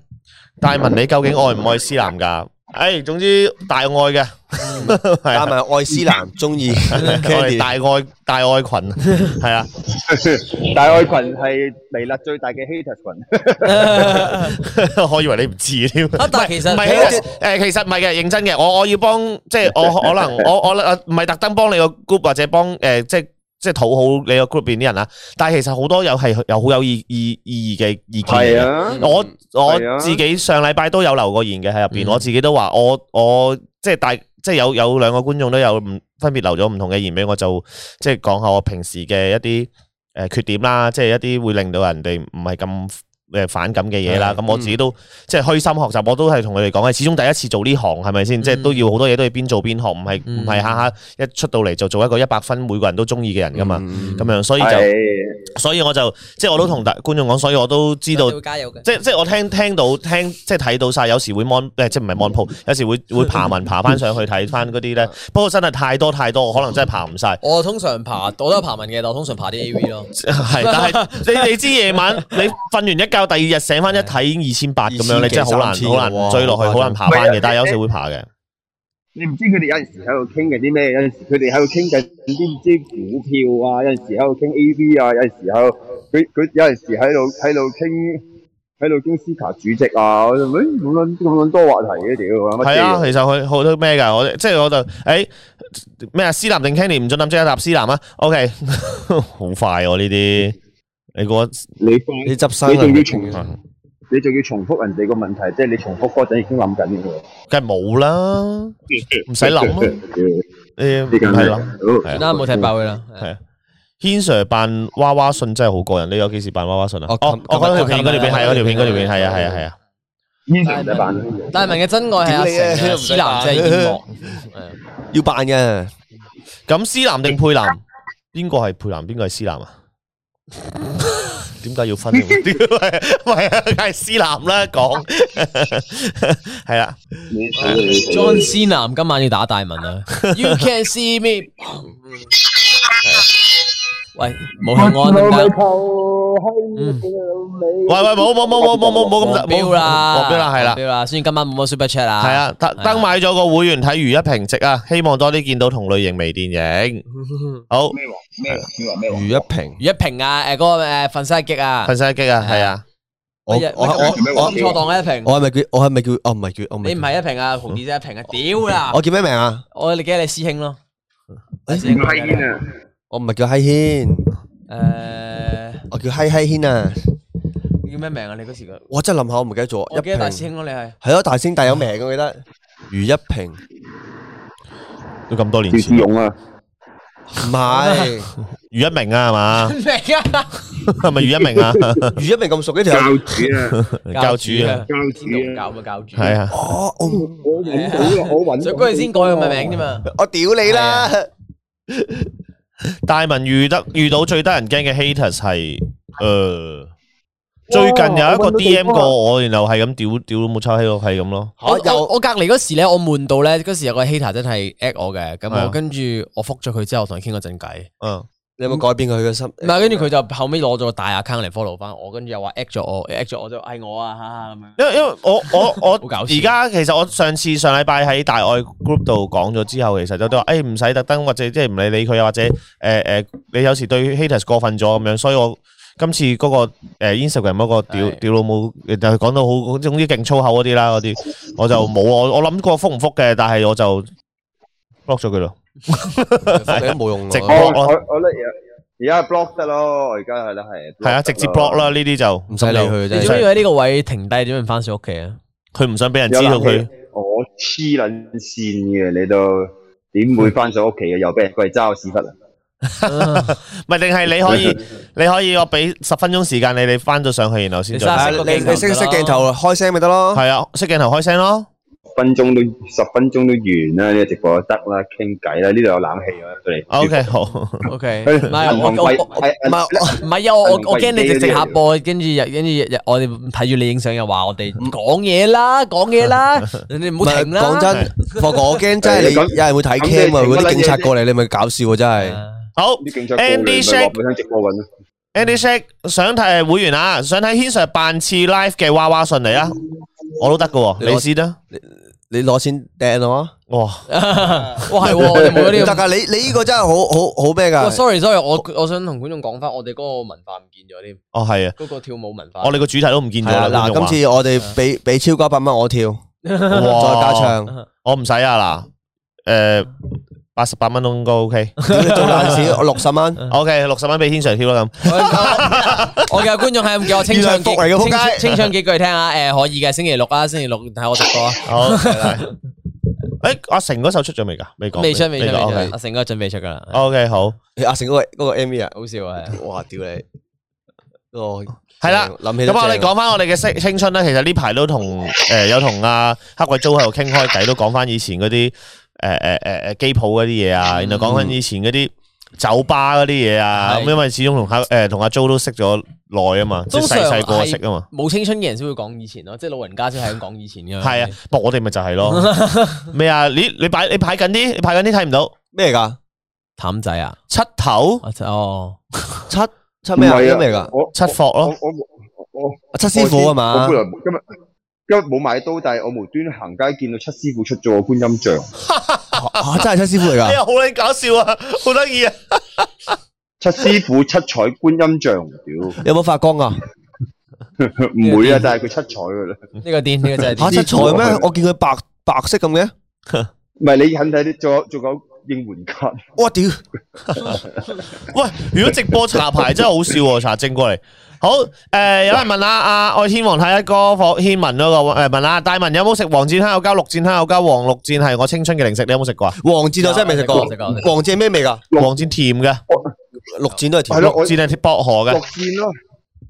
Speaker 1: 大文你究竟愛唔愛思南㗎？诶，总之大爱嘅，系
Speaker 3: 但係愛斯蘭中意 Candy，
Speaker 1: 大爱大爱群，系啊，
Speaker 4: 大愛群係微辣最大嘅 hater 群，
Speaker 1: 我以為你唔知添。
Speaker 2: 啊但係其實
Speaker 1: 唔係诶，其實唔係嘅，認真嘅，我我要幫，即 係我可能我我呃唔係特登幫你個 group 或者幫诶、呃即係即係討好你個 group 入边啲人啦。啊但係其實好多有係有好有意意意義嘅意見嚟嘅
Speaker 4: 係啊，
Speaker 1: 我
Speaker 4: 係啊
Speaker 1: 我自己上禮拜都有留過言嘅喺入边，
Speaker 2: 嗯
Speaker 1: 我自己都話我我即係大即係有有两个观众都有唔分別留咗唔同嘅言俾我，就即係講下我平時嘅一啲诶缺點啦，即係一啲會令到人哋唔係咁。誒反感嘅嘢啦，咁我自己都即係虛心學習，我都係同佢哋講嘅。始終第一次做呢行係咪先？即係都要好多嘢都要邊做邊學，唔係唔係下下一出到嚟就做一個一百分，每個人都中意嘅人噶嘛。
Speaker 3: 嗯
Speaker 1: 咁樣所以就，
Speaker 4: 係
Speaker 1: 所以我就即係我都同大觀眾講，所以我都知道
Speaker 2: 會加油嘅。
Speaker 1: 即即我聽聽到聽即係睇到晒，有時會 mon 呃誒即係唔係 mon 鋪，有時會會爬文爬翻上去睇翻嗰 啲咧。不過真係太多太多，我可能真係爬唔 晒。
Speaker 2: 我通常爬，我都有爬文嘅，但我通常爬啲 A V 咯。
Speaker 1: 係，但係你你知夜 晚你瞓完一覺，第二日醒翻一睇已經二 千八咁樣，你真係好難好難追落去，好難爬翻嘅。但係有時會爬嘅。
Speaker 4: 你唔知佢哋有陣時喺度傾緊啲咩，有陣時佢哋喺度傾緊啲唔知股票啊，有陣時喺度傾 A V 啊，有陣時喺度佢佢有陣時喺度喺度傾喺度傾斯卡主席啊，我就喂咁撚咁撚多話題嘅屌，乜
Speaker 1: 係啊，
Speaker 4: 嘢？
Speaker 1: 其實佢好多咩㗎，我即係我就誒咩啊，思南定 Kenny 唔準諗即刻答思南啊。OK，好快喎呢啲，你估我
Speaker 4: 你
Speaker 3: 你執生
Speaker 4: 你仲要
Speaker 3: 啊
Speaker 4: 重你仲要重複人哋個問題，即係你重複嗰陣已經諗緊嘅喎。
Speaker 1: 梗係冇 啦，唔使諗啊。誒唔
Speaker 4: 呢間
Speaker 1: 係諗。
Speaker 4: 係
Speaker 2: 啦，冇踢爆佢啦。
Speaker 1: 係轩 Sir 扮娃娃信真係好過癮，你有幾時扮娃娃信啊？
Speaker 2: 哦
Speaker 1: 哦，
Speaker 2: 咁
Speaker 1: 我嗰條
Speaker 2: 咁
Speaker 1: 片嗰條片係嗰條片嗰條片係啊係啊係啊，
Speaker 4: 呢場唔使扮啦。
Speaker 2: 大文嘅真愛係阿成啊，思南真係煙幕。
Speaker 3: 要扮嘅，
Speaker 1: 咁思南定佩南？邊個係佩南？邊個係思南啊？點解要分？屌 唔係啊，梗係思南啦，講 係啦，
Speaker 4: 你死啦你死啦
Speaker 2: John 思南今晚要打大文啊！You can see me。喂，冇向安得唔得？
Speaker 1: 喂喂，冇冇冇冇冇冇冇咁大
Speaker 2: 黃標啦，
Speaker 1: 黃標啦係啦
Speaker 2: 黃。標啦。雖然今晚冇乜 super chat 啊，
Speaker 1: 系，啊，特登買咗個會員睇如一評值啊，希望多啲見到同類型微電影。好，
Speaker 3: 余一平，
Speaker 2: 余一平啊，诶，嗰個诶粉西激啊，
Speaker 1: 瞓晒機啊，係啊，
Speaker 3: 我
Speaker 2: 喂
Speaker 3: 我
Speaker 2: 喂
Speaker 3: 我
Speaker 2: 我
Speaker 3: 我
Speaker 2: 唔錯檔啊，一平，
Speaker 3: 我係咪叫我係咪叫哦唔係叫我唔
Speaker 2: 你唔
Speaker 3: 叫
Speaker 2: 係一平啊，紅姐姐一平啊，屌啦！
Speaker 3: 我叫咩名啊？
Speaker 2: 我你記得你師兄咯，
Speaker 3: 誒
Speaker 2: 師兄
Speaker 4: 唔係煙啊！
Speaker 3: 我唔係叫閪軒，
Speaker 2: 诶，
Speaker 3: 我叫閪閪軒
Speaker 6: à.
Speaker 3: 啊！
Speaker 2: 你叫咩名啊？你嗰時個，
Speaker 3: 我真係諗下，我唔記得咗。
Speaker 2: 我
Speaker 3: 一
Speaker 2: 記得大師
Speaker 3: 平
Speaker 2: 兄咯，你係
Speaker 3: 係咯，大聲大有名我記得。余一平唔
Speaker 1: 都咁多年
Speaker 4: 趙志
Speaker 1: 前，
Speaker 4: 勇啊，
Speaker 3: 係
Speaker 1: 余一鳴啊，係 嘛？ 係
Speaker 2: 明啊，
Speaker 1: 咪余一鳴啊？
Speaker 3: 余一平咁熟嘅條
Speaker 4: 教
Speaker 3: 友。
Speaker 4: 主啊，
Speaker 1: 教主啊，
Speaker 4: 教
Speaker 2: 天道
Speaker 4: 主啊，
Speaker 2: 教嘅教主，
Speaker 1: 系啊，
Speaker 3: 哦，我唔
Speaker 4: 我揾到啦，我揾到啦。
Speaker 2: 所以嗰陣先改佢嘅名啫嘛。
Speaker 3: 我屌你啦！
Speaker 1: 大文遇得遇到最得人驚嘅 haters 係诶，最近有一個
Speaker 4: 我搵到
Speaker 1: D M
Speaker 4: 地方啦
Speaker 1: 過我，然後係咁屌屌冇抄喺度，係咁咯。
Speaker 2: 我
Speaker 3: 嚇
Speaker 2: 我
Speaker 3: 又
Speaker 2: 我隔離嗰時咧，我悶到咧，嗰時有個 hater 真係 at 我嘅，咁
Speaker 1: 係啊
Speaker 2: 我跟住我覆咗佢之後，同佢傾咗陣偈，
Speaker 1: 嗯，
Speaker 3: 你有冇改變佢嘅心？
Speaker 2: 唔係跟住佢就後尾攞咗個大 account 嚟 follow 翻我，跟住又話 at 咗我，at 咗我就係我啊，哈哈咁樣。
Speaker 1: 因為因为我我我
Speaker 2: 好搞笑
Speaker 1: 而家其實我上次上禮拜喺大愛 group 度講咗之後，其實都都話诶唔使特登或者即係唔理理佢，又或者诶诶你有時對 haters 過分咗咁樣，所以我。今次嗰、個、呃、Instagram 嗰個屌
Speaker 2: 係
Speaker 1: 屌老母，就係講到好總之勁粗口嗰啲啦，嗰啲我就冇我我諗過覆唔覆嘅，但係我就 block 咗佢咯。
Speaker 3: 覆你都冇用
Speaker 1: 直
Speaker 4: 哦
Speaker 1: 播
Speaker 4: 我
Speaker 3: 喎，
Speaker 4: 我我咧而家 block 得咯，我而家係啦係。
Speaker 1: 系啊，直接 block。啦，呢啲就
Speaker 3: 唔使理佢
Speaker 2: 你
Speaker 1: 係
Speaker 2: 做
Speaker 1: 想
Speaker 2: 咩
Speaker 3: 啫。
Speaker 2: 要喺呢個位停低？點樣翻上屋企啊？
Speaker 1: 佢唔想俾人知
Speaker 4: 有
Speaker 1: 道
Speaker 4: 冷
Speaker 1: 佢
Speaker 4: 氣，我黐撚線嘅，你都點會翻上屋企嘅？啊又俾人過嚟揸我屎忽啊！
Speaker 2: 啊
Speaker 1: 唔係定係你可以，你可以我俾十分鐘時間你，你翻咗上去，然後先再
Speaker 2: 你
Speaker 6: À,
Speaker 3: 啊
Speaker 1: 睇。
Speaker 2: 刪熄個
Speaker 3: 你
Speaker 2: 鏡頭
Speaker 3: 你識唔識鏡頭開聲咪得咯？
Speaker 1: 係啊，熄鏡頭開聲咯。
Speaker 4: 分鐘都十分鐘都完啦，呢個直播得啦，傾偈啦，呢度有冷氣啊，出嚟。
Speaker 1: OK，好。
Speaker 2: OK，
Speaker 4: 誒
Speaker 2: 唔係我
Speaker 4: 銀行櫃
Speaker 2: 我我
Speaker 4: 係
Speaker 3: 唔係
Speaker 2: 唔
Speaker 3: 我
Speaker 2: 係啊，我我
Speaker 4: 銀行
Speaker 2: 我驚你直直
Speaker 4: 櫃
Speaker 2: 下
Speaker 4: 機
Speaker 2: 播，跟住又跟住又我哋睇住你影相又話我哋講嘢啦，講嘢啦，你唔
Speaker 3: 唔
Speaker 2: 好
Speaker 3: 係
Speaker 2: 停啦。
Speaker 3: 講真，我我驚真係你
Speaker 4: 咁
Speaker 3: 有人會睇
Speaker 4: 咁
Speaker 3: cam 啊！
Speaker 4: 你
Speaker 3: 嗰
Speaker 4: 整乜
Speaker 3: 啲
Speaker 4: 撚
Speaker 3: 警察
Speaker 4: 嘢
Speaker 3: 過嚟，你咪搞笑啊！真係。
Speaker 2: 啊
Speaker 1: 好
Speaker 4: 啲警察過嚟咪
Speaker 1: Andy
Speaker 4: 話
Speaker 1: Shake
Speaker 4: 俾聽直播緊咯。
Speaker 1: ，Andy Shake 想睇會員啊，想睇 Hen Sir 扮似 live 嘅娃娃信嚟啊，我都得噶，
Speaker 3: 你
Speaker 1: 你試啦。
Speaker 3: 你
Speaker 6: 你攞錢掟我啊！
Speaker 1: 哇！
Speaker 2: 哇系， 我哋冇咗呢
Speaker 6: 得
Speaker 2: 個。
Speaker 6: 噶，你你呢個真係好好好咩
Speaker 2: 哇
Speaker 6: 噶？
Speaker 2: sorry sorry，我我想同觀眾講翻，我哋嗰個文化唔見咗添，
Speaker 1: 哦系啊，
Speaker 2: 嗰個跳舞文化。
Speaker 1: 我哋個主題都唔見咗
Speaker 6: 係啊
Speaker 1: 啦。觀眾
Speaker 6: 嗱，
Speaker 1: 話
Speaker 6: 今次我
Speaker 1: 啊
Speaker 6: 哋俾俾超過一百蚊我跳，再
Speaker 1: 哇
Speaker 6: 加唱，
Speaker 1: 我唔使啊嗱，诶八十八蚊都應該 OK，
Speaker 6: 屌你做爛事，我六 十蚊。
Speaker 1: OK 六十蚊俾天 Sir 跳啦咁。
Speaker 2: 我我嘅觀眾係咁叫我清唱幾
Speaker 6: 原來係福嚟嘅
Speaker 2: 清
Speaker 6: 仆街
Speaker 2: 清唱幾句聽下，誒可以嘅，星期六啦，星期六 睇我直播啊，
Speaker 1: 好，诶阿成嗰首出咗未㗎？未講，
Speaker 2: 未出未出未
Speaker 1: 講
Speaker 2: 出，阿啊成哥準備出㗎
Speaker 6: 哦
Speaker 2: 啦，
Speaker 1: O K 好，
Speaker 6: 阿成嗰個嗰個 M V 啊，
Speaker 2: 好笑 啊！係
Speaker 6: 哇！屌你，哦，
Speaker 1: 係啦。
Speaker 6: 諗起
Speaker 1: 咁啊
Speaker 6: 都
Speaker 1: 我哋
Speaker 6: 正啊
Speaker 1: 講翻我哋嘅青青春咧，其實呢排都同诶有同阿黑鬼租喺度傾開偈，都講翻以前嗰啲呃诶诶诶诶机铺嗰啲嘢啊，然後講翻以前嗰啲酒吧嗰啲嘢啊。
Speaker 2: 係
Speaker 1: 咁因為始終同黑诶同阿租都識咗耐啊嘛，即係
Speaker 2: 通常
Speaker 1: 細細個
Speaker 2: 係
Speaker 1: 識啊嘛。
Speaker 2: 冇青春嘅人先會講以前咯，即係老人家先係咁講以前㗎。
Speaker 1: 係啊，不過我哋咪就係咯。咩啊？你你擺你擺緊啲，你擺緊啲睇唔到
Speaker 6: 咩㗎？
Speaker 2: 淡仔啊，
Speaker 1: 七頭
Speaker 2: 我真哦，
Speaker 6: 七七咩啊？
Speaker 4: 唔係啊，
Speaker 6: M 嚟㗎？
Speaker 4: 我-
Speaker 1: 七霍
Speaker 4: 我-
Speaker 1: 咯。
Speaker 4: 我-我-我-
Speaker 6: 七師傅啊嘛
Speaker 4: 我？本來今日今日冇買刀，但係我無端行街見到七師傅出咗個觀音像，
Speaker 6: 啊真係七師傅嚟
Speaker 1: 哎
Speaker 6: 㗎？
Speaker 1: 呀，好撚搞笑啊，好得意啊！
Speaker 4: 七師傅七彩觀音像， 屌
Speaker 6: 有冇發光啊？
Speaker 4: 唔 會啊，但係佢七彩噶啦。
Speaker 2: 呢個癲，呢個真係
Speaker 6: 吓
Speaker 2: 癲。
Speaker 6: 七彩咩？我見佢白白色咁嘅。
Speaker 4: 唔係你肯睇啲做做個應援卡，
Speaker 6: 哇屌！
Speaker 1: 喂，如果直播查牌真係好笑喎，查證過嚟。好，诶、有人問啊，阿愛天王太一哥霍軒文嗰、個个诶、問啊，大文有冇食黃箭蝦餃、綠箭蝦餃、黃綠箭係我青春嘅零食，你有冇食過啊？
Speaker 6: 黃箭我真係未食過
Speaker 2: 有食過有食，過
Speaker 6: 黃箭咩味㗎？
Speaker 4: 綠
Speaker 1: 黃箭甜嘅，
Speaker 6: 綠箭都係甜
Speaker 4: 係咯
Speaker 6: 嘅，
Speaker 1: 綠
Speaker 4: 我
Speaker 1: 箭係薄荷
Speaker 4: 落
Speaker 1: 嘅，
Speaker 4: 線咯，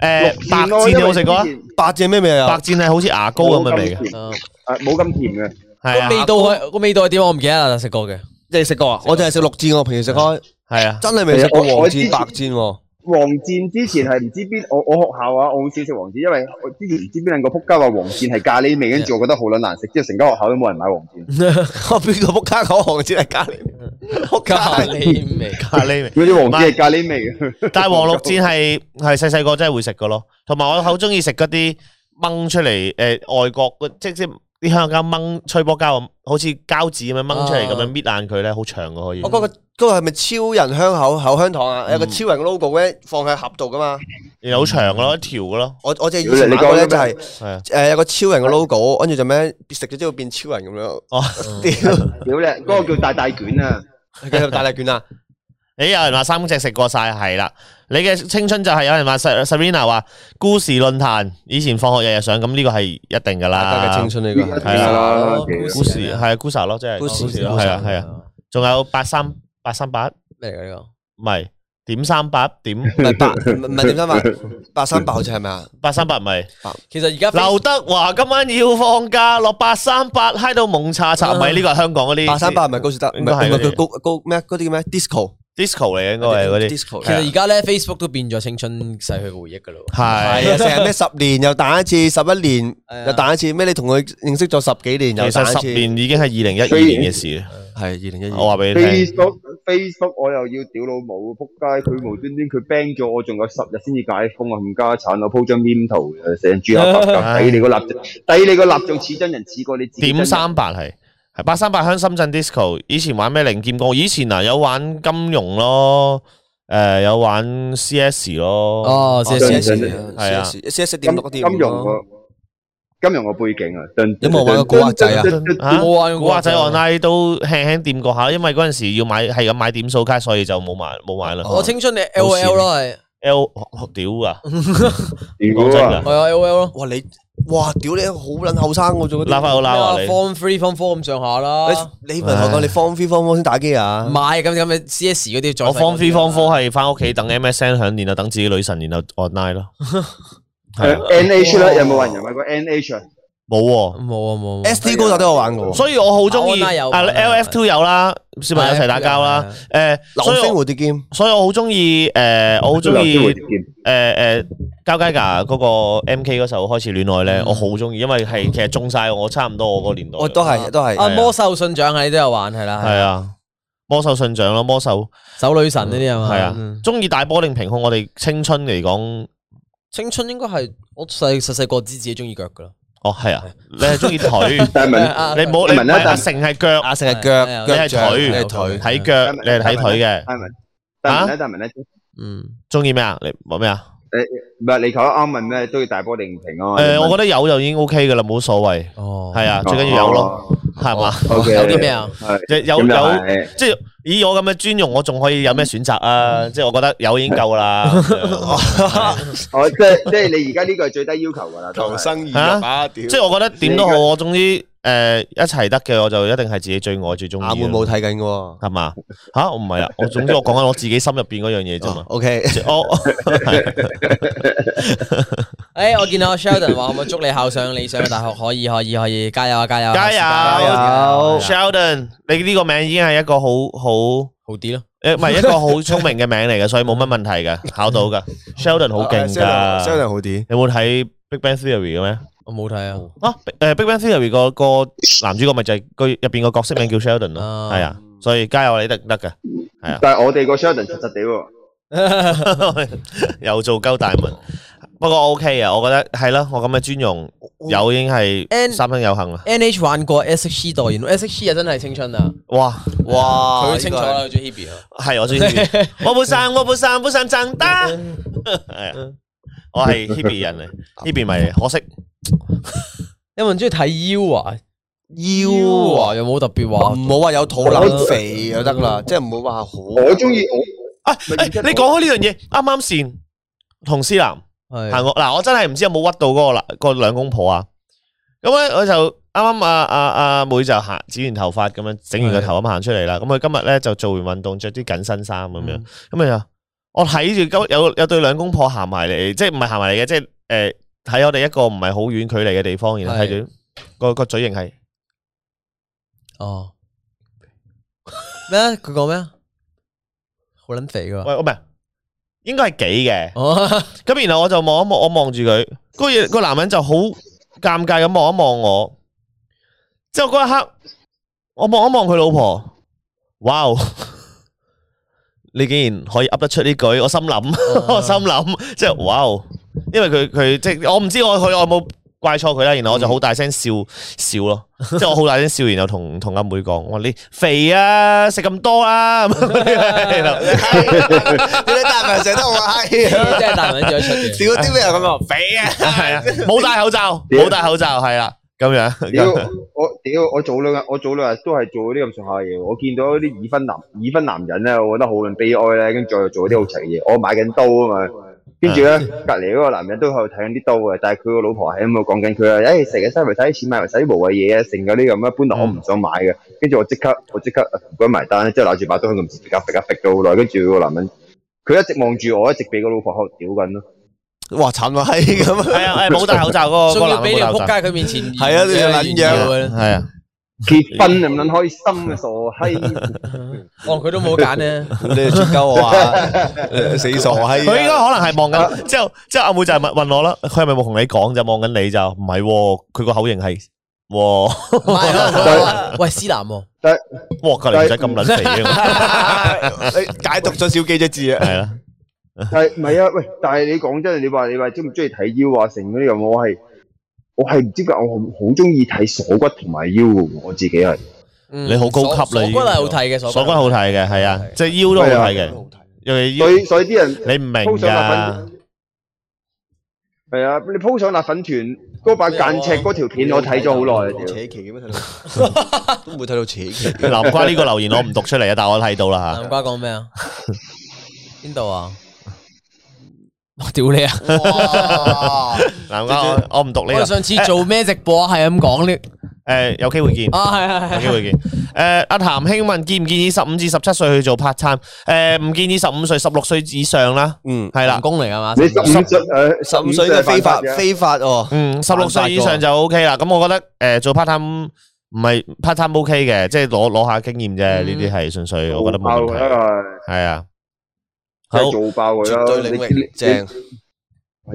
Speaker 1: 诶、
Speaker 4: 落
Speaker 1: 白
Speaker 4: 線咯，
Speaker 1: 箭你有冇食過啊？
Speaker 4: 因為之前
Speaker 6: 白箭咩味
Speaker 1: 白
Speaker 6: 啊？
Speaker 1: 箭係好似牙膏咁嘅味嘅，
Speaker 4: 冇咁甜
Speaker 2: 啊
Speaker 4: 啊冇咁甜嘅，
Speaker 1: 係
Speaker 2: 個
Speaker 1: 啊，
Speaker 2: 味道係個味道係點啊？我唔記得啦，食過嘅。
Speaker 6: 你食過啊？我淨係食綠箭，我平時食開，
Speaker 1: 係啊，
Speaker 6: 真係未食過
Speaker 4: 其實我
Speaker 6: 黃
Speaker 4: 我之
Speaker 6: 箭
Speaker 4: 前
Speaker 6: 白箭喎。
Speaker 4: 黃箭之前係唔知邊，我我學校啊，我好少食黃箭，因為我之前唔知邊兩個撲街話黃箭係咖喱味，跟住我覺得好撚難食，之後成間學校都冇人買黃箭。
Speaker 6: 我邊個仆街講黃箭係咖喱？仆
Speaker 2: 咖
Speaker 1: 啊
Speaker 6: 街
Speaker 2: 喱味，
Speaker 1: 咖喱味。
Speaker 4: 嗰啲黃箭係咖喱味嘅，
Speaker 1: 但係黃綠箭 係系细细个真係會食嘅咯，同埋我好中意食嗰啲掹出嚟诶、外國嗰即即啲香港掹吹波膠，好似膠紙咁樣掹出嚟咁樣搣爛佢咧，好長嘅可以。
Speaker 6: 我嗰個嗰個係咪超人香口口香糖啊？有個超人嘅 logo 咧，放喺盒度㗎嘛。
Speaker 1: 然後好長嘅咯，一條嘅咯，
Speaker 6: 我我隻以前
Speaker 4: 你
Speaker 6: 買
Speaker 4: 講
Speaker 6: 過咧
Speaker 4: 緊
Speaker 6: 就
Speaker 4: 咩
Speaker 6: 係
Speaker 1: 係啊，
Speaker 6: 誒有個超人嘅 logo，跟住就咩食咗之後變超人咁樣。
Speaker 1: 哦，
Speaker 6: 屌，
Speaker 4: 屌你，嗰個叫大大卷啊！
Speaker 6: 繼續大 力卷啊！
Speaker 1: 你有人話三隻食過晒係啦，你嘅青春就係有人話 Se- Serena 話故事論壇以前放學日日上，咁呢個係一定㗎
Speaker 6: 大家嘅
Speaker 1: 啦
Speaker 6: 青。春呢個係。
Speaker 1: 係啊
Speaker 4: 啦
Speaker 1: 故事係啊，Gusa 咯，即係
Speaker 6: Gusa，
Speaker 1: 咯係啊係啊，
Speaker 2: 啊，
Speaker 1: 仲有八三八三八
Speaker 2: 咩嚟㗎呢
Speaker 1: 唔係點三八點
Speaker 6: 唔係八唔唔係點三八八三八好似係 咪啊？
Speaker 1: 八三八唔係。
Speaker 2: 個？其實而家
Speaker 1: 劉德華今晚要放假，落八三八嗨到蒙查查，唔係呢個係香港嗰啲
Speaker 6: 八三八係咪高士德？唔
Speaker 1: 應該係
Speaker 6: 係
Speaker 1: 嗰
Speaker 6: 唔係
Speaker 1: 啲
Speaker 6: 佢高高咩？嗰啲叫咩？disco
Speaker 1: disco 嚟嘅，應該係嗰啲
Speaker 6: disco
Speaker 2: 其實而家咧 Facebook 都變咗青春逝去嘅回憶㗎咯。
Speaker 1: 係。
Speaker 6: 係啊，成日咩十年又打一次，十一
Speaker 2: 係
Speaker 6: 年
Speaker 2: 啊
Speaker 6: 又打一次，咩你同佢認識咗十幾年
Speaker 1: 其
Speaker 6: 又打一
Speaker 1: 實
Speaker 6: 次，
Speaker 1: 十
Speaker 6: 係
Speaker 1: 年已經係二零一二年嘅事啦，
Speaker 6: 二零一
Speaker 1: 我
Speaker 6: 二。
Speaker 1: 話俾你聽。
Speaker 4: Facebook Facebook 我又要屌老母，仆街佢無端端佢 ban 咗我，仲有十日先至解封啊！冚家產，我 po 張 meme 圖，成豬下白鴿，
Speaker 1: 唉
Speaker 4: 抵你個蠟像，抵你個蠟像似真人似過你自己真
Speaker 1: 點
Speaker 4: 人。
Speaker 1: 三八係係八三八香深圳 disco，以前玩咩零劍過，以前啊有玩金融咯，誒有玩 CS 咯，
Speaker 2: 哦，謝
Speaker 4: 真
Speaker 2: 謝
Speaker 4: 係。
Speaker 6: CS
Speaker 1: 係啊
Speaker 6: CS 點
Speaker 4: 金
Speaker 6: 六點
Speaker 4: 金融個金融個背景啊，噔
Speaker 6: 有冇玩過古惑仔啊
Speaker 4: 噔噔噔
Speaker 1: 嚇
Speaker 2: 冇玩
Speaker 1: 古惑仔 online 都輕輕掂過下，因為嗰陣時要買係咁買點數卡，所以就冇買冇買啦。
Speaker 2: 我青春嘅
Speaker 1: 冇
Speaker 2: L O
Speaker 1: 事
Speaker 2: L 咯，係
Speaker 1: L 屌啊！
Speaker 4: 屌
Speaker 1: 講真
Speaker 4: 啊！
Speaker 1: 㗎，
Speaker 2: 我有 L O L 咯。
Speaker 6: 哇你哇屌你好撚後生我做嗰
Speaker 1: 拉翻
Speaker 6: 啲。
Speaker 1: 好拉啊你！
Speaker 2: Form Three、Form Four 咁上下啦。
Speaker 6: 你你唔係同我講你 form three form four 先打機啊
Speaker 2: 唔？係咁咁嘅 C S 嗰啲再細
Speaker 1: 我
Speaker 2: 嗰啲啊。
Speaker 1: 方 three 方 four 係翻屋企等 MSN 響，然後等自己女神，然後 online 咯。係啊
Speaker 4: N H 咧有冇人有買過 N H 啊？
Speaker 1: 冇喎，
Speaker 2: 冇啊冇啊冇啊。
Speaker 6: S D 高手都有玩過喎，
Speaker 1: 所以我好中意
Speaker 2: 啊，online 有
Speaker 1: 啊
Speaker 2: 玩啊
Speaker 1: LF two 有啦，小朋友一齊打交啦。誒，所
Speaker 6: 流
Speaker 1: 以
Speaker 6: 星
Speaker 1: 我
Speaker 6: 蝴蝶劍
Speaker 1: 所以我好中意誒，我好中意
Speaker 4: 有機會
Speaker 1: 誒
Speaker 4: 見
Speaker 1: 誒交街㗎嗰個 MK 嗰首開始戀愛咧，我好中意，因為係其實中晒我差唔多我嗰個年代。
Speaker 6: 我哦都係都係
Speaker 2: 啊
Speaker 1: 係啊
Speaker 2: 魔獸信長係你都有玩係啦，
Speaker 1: 係啊，魔獸信長咯，魔獸
Speaker 2: 守女神呢啲係嘛？
Speaker 1: 係啊
Speaker 2: 嗯，
Speaker 1: 中意大波定平控，我哋青春嚟講
Speaker 2: 青春應該係我細細細個知自己中意腳噶啦，
Speaker 1: 哦，系啊，你系中意腿，你
Speaker 4: 但係文
Speaker 2: 啊
Speaker 1: 冇
Speaker 4: 阿
Speaker 1: 你唔
Speaker 4: 文咧
Speaker 1: 係阿
Speaker 4: 但
Speaker 1: 成系腳
Speaker 6: 阿成係腳
Speaker 2: 係啊
Speaker 6: 腳
Speaker 1: 你係
Speaker 6: 掌
Speaker 1: 腿
Speaker 6: 你係腿
Speaker 1: 睇腳，你係睇腿嘅，
Speaker 4: 但係文但係文
Speaker 1: 啊
Speaker 4: 咧，但係文咧，
Speaker 2: 嗯，
Speaker 1: 中意咩啊？你冇咩啊？
Speaker 4: 唔係你求得啱問咧，都要大波定平啊嘛。
Speaker 1: 诶，我覺得有就已經 OK 噶啦，冇所謂。
Speaker 2: 哦，
Speaker 1: 係啊，最緊要有咯，
Speaker 4: 咯。
Speaker 1: 係嘛？
Speaker 4: OK
Speaker 2: 有啲咩 啊？
Speaker 1: 有有
Speaker 4: 哦咁又
Speaker 1: 有
Speaker 4: 係
Speaker 1: 即係以我咁嘅專用，我仲可以有咩選擇啊？即係我覺得有已經夠啦。
Speaker 4: 我哦即係即係你而家呢個係最低要求㗎啦，都係
Speaker 6: 求生意欲
Speaker 1: 啊
Speaker 6: 啊，屌！
Speaker 1: 即係我覺得點都好，我總之诶一齊得嘅，我就一定係自己最愛最中意
Speaker 6: 阿
Speaker 1: 嘅。
Speaker 6: 滿啊冇睇緊嘅喎。
Speaker 1: 係嘛？吓我唔係啊，我總之我講緊我自己心入边嗰樣嘢 啫嘛。
Speaker 6: O K，
Speaker 1: 即係哦我我
Speaker 2: 诶，我見到 Sheldon 話，可唔可以祝你考上理想嘅大學？可以，可以，可以，加油啊，加油啊！
Speaker 1: 加油
Speaker 2: 油
Speaker 1: 哦 Sheldon，你呢個名已經係一個好好。
Speaker 2: 好啲咯，
Speaker 1: 诶，唔係一個好聰明嘅名嚟嘅，所以冇乜問題嘅，考到噶。Sheldon 好勁
Speaker 6: 相
Speaker 1: 噶，
Speaker 6: 對好啲。
Speaker 1: 你有冇睇 Big Bang Theory 嘅咩？
Speaker 2: 我冇睇啊。
Speaker 1: 啊，诶，Big Bang Theory 個個男主角咪就係佢入边個角色名叫 Sheldon à? 咯，
Speaker 2: 啊
Speaker 1: 係啊，所以加油你得得 嘅，
Speaker 4: 但係我哋個 Sheldon 實實地喎，
Speaker 1: 又做鳩大門。不過 OK à? 啊，我覺得係啦，我咁嘅專用有已經係
Speaker 2: And-
Speaker 1: 三生有幸啦。
Speaker 2: NH 玩過 SHE 代言，SHE 啊真係青春啊！
Speaker 1: 哇，
Speaker 6: 哇
Speaker 2: 佢清楚啦，佢中 Hebe 啊。
Speaker 1: 係我中意啊 Hebe。我本身我本身本身正得，係啊，我係 Hebe 人嚟，Hebe 咪可惜。
Speaker 2: 有冇人中意睇腰啊？腰
Speaker 6: 腰啊，
Speaker 2: 啊，有冇特別話？
Speaker 6: 唔好話有肚腩肥就得啦，即係唔好話好。
Speaker 4: 我中意我
Speaker 1: 啊，誒你講開呢樣嘢，啱啱先同思南行
Speaker 2: 係
Speaker 1: 過嗱，我真係唔知有冇屈到嗰個啦，嗰兩公婆啊。咁咧我就啱啱啊啊啊妹就行剪完頭髮咁樣，整完個頭咁行出嚟啦。咁佢今日咧就做完運動，着啲緊身衫
Speaker 2: Ừ.
Speaker 1: 咁樣，咁啊就我睇住今有有對兩公婆行埋嚟，即係唔係行埋嚟嘅，即係誒喺我哋一個唔係好遠距離嘅地方，然後睇住個個嘴型係
Speaker 2: 哦。咩啊？佢講咩啊？好撚肥噶。
Speaker 1: 喂，唔係應該係幾嘅。
Speaker 2: 哦，
Speaker 1: 咁然後我就望一望，我望住佢，嗰嘢個男人就好尷尬咁望一望我。之後嗰一刻，我望一望佢老婆，哇！哦你竟然可以噏得出呢句，我心諗， 我心諗，即係哇！哦因為佢佢即係我唔知我佢我冇怪錯佢啦，然後我就好大聲笑笑咯，即係我好大聲笑，然後同同阿妹講，我話你肥啊，食咁多啊，咁樣然後
Speaker 6: 你大咪成日都我
Speaker 2: 真
Speaker 6: 閪，
Speaker 2: 係大文字 出嘅。
Speaker 6: 屌啲咩人咁啊，肥啊！
Speaker 1: 系啊，冇戴口罩，冇戴口罩，系啦，咁样。
Speaker 4: 屌我屌我早兩日我早兩日都係做啲咁上下嘅嘢喎，我見到啲已婚男已婚男人咧，我覺得好撚悲哀咧，跟住我又做啲好齊嘅嘢，我買緊刀啊嘛。跟住咧，隔離嗰個男人都喺度睇緊啲刀嘅，但係佢個老婆係咁喺度講緊佢啊，誒成日嘥埋曬啲錢買埋曬啲無謂嘢啊，剩嗰啲咁啊，本來我唔想買嘅，跟住我即刻我即刻改埋單，之後攞住把刀喺度劈啊劈啊劈咗好耐，跟住個男人佢一直望住我，一直俾個老婆喺度屌緊咯，
Speaker 6: 哇，慘到閪咁啊！
Speaker 1: 系 啊，诶，冇戴口罩嗰個嗰個
Speaker 2: 仲要
Speaker 1: 男
Speaker 2: 俾
Speaker 1: 冇戴
Speaker 2: 條仆
Speaker 1: 口罩。
Speaker 2: 街佢面前
Speaker 6: 係啊你條撚樣啊
Speaker 2: 樣，
Speaker 1: 系啊，
Speaker 4: 結婚咁撚開心嘅傻閪。
Speaker 2: 哦佢都冇揀呢。
Speaker 6: 你 哋出鳩我啊！死傻閪！
Speaker 1: 佢應該可能係望緊，之後之後阿妹就係問問我啦，佢係咪冇同你講就望緊你就唔係喎，佢個口型係，哇，
Speaker 2: 唔係啊喂，思南喎，
Speaker 1: 哇，隔離唔使咁撚肥嘅，
Speaker 6: 你 解讀咗小記隻字啊！
Speaker 1: 係啦，
Speaker 4: 但係唔係啊？喂，但係你講真，你話你話中唔中意睇腰啊？成嗰啲咁，我係我係唔知㗎，我好好中意睇鎖骨同埋腰嘅喎，我自己係。
Speaker 1: 你好高級啦
Speaker 2: 鎖
Speaker 1: 已
Speaker 2: 骨
Speaker 1: 經
Speaker 2: 係好睇嘅，
Speaker 1: 鎖骨好睇嘅，係啊，隻腰都好睇嘅，尤其腰
Speaker 4: 所，以所以啲人
Speaker 1: 你唔明
Speaker 4: 鋪上
Speaker 1: 㗎
Speaker 4: 辣粉，係啊，你鋪上辣粉團嗰把間尺嗰條片，我睇咗好耐啊！
Speaker 6: 扯
Speaker 4: 屌
Speaker 6: 旗嘅咩？睇到 都冇睇到扯旗。
Speaker 1: 南瓜呢個留言我唔讀出嚟啊，但我睇到啦
Speaker 2: 南瓜講咩啊？邊度啊？我屌你啊！
Speaker 6: 哇！
Speaker 1: 吓，南瓜我我唔讀你
Speaker 2: 我
Speaker 1: 啦
Speaker 2: 哋，上次做咩直播係咁講呢？
Speaker 1: 诶，有機會見。
Speaker 2: 啊係
Speaker 1: 有
Speaker 2: 係係
Speaker 1: 機會見。 誒，阿譚興問建唔建議十五至十七歲去做 part time？誒，唔建議十五歲、十六歲以上啦。
Speaker 6: 嗯，
Speaker 1: 係啦
Speaker 2: 人，工嚟㗎嘛？
Speaker 4: 你十五歲誒
Speaker 6: 十五歲應該非法
Speaker 4: 嘅，
Speaker 6: 非法哦。
Speaker 1: 嗯，十六歲以上就 OK 啦。咁我覺得誒做 part time 唔係 part time OK 嘅，即係攞攞下經驗啫。呢啲係純粹哎我覺得
Speaker 4: 爆
Speaker 1: 冇問
Speaker 4: 佢
Speaker 1: 題。
Speaker 4: 啦，
Speaker 1: 係啊，
Speaker 4: 即
Speaker 1: 好
Speaker 4: 係做爆佢啦！
Speaker 6: 絕對
Speaker 4: 你
Speaker 6: 領
Speaker 4: 你
Speaker 6: 域正，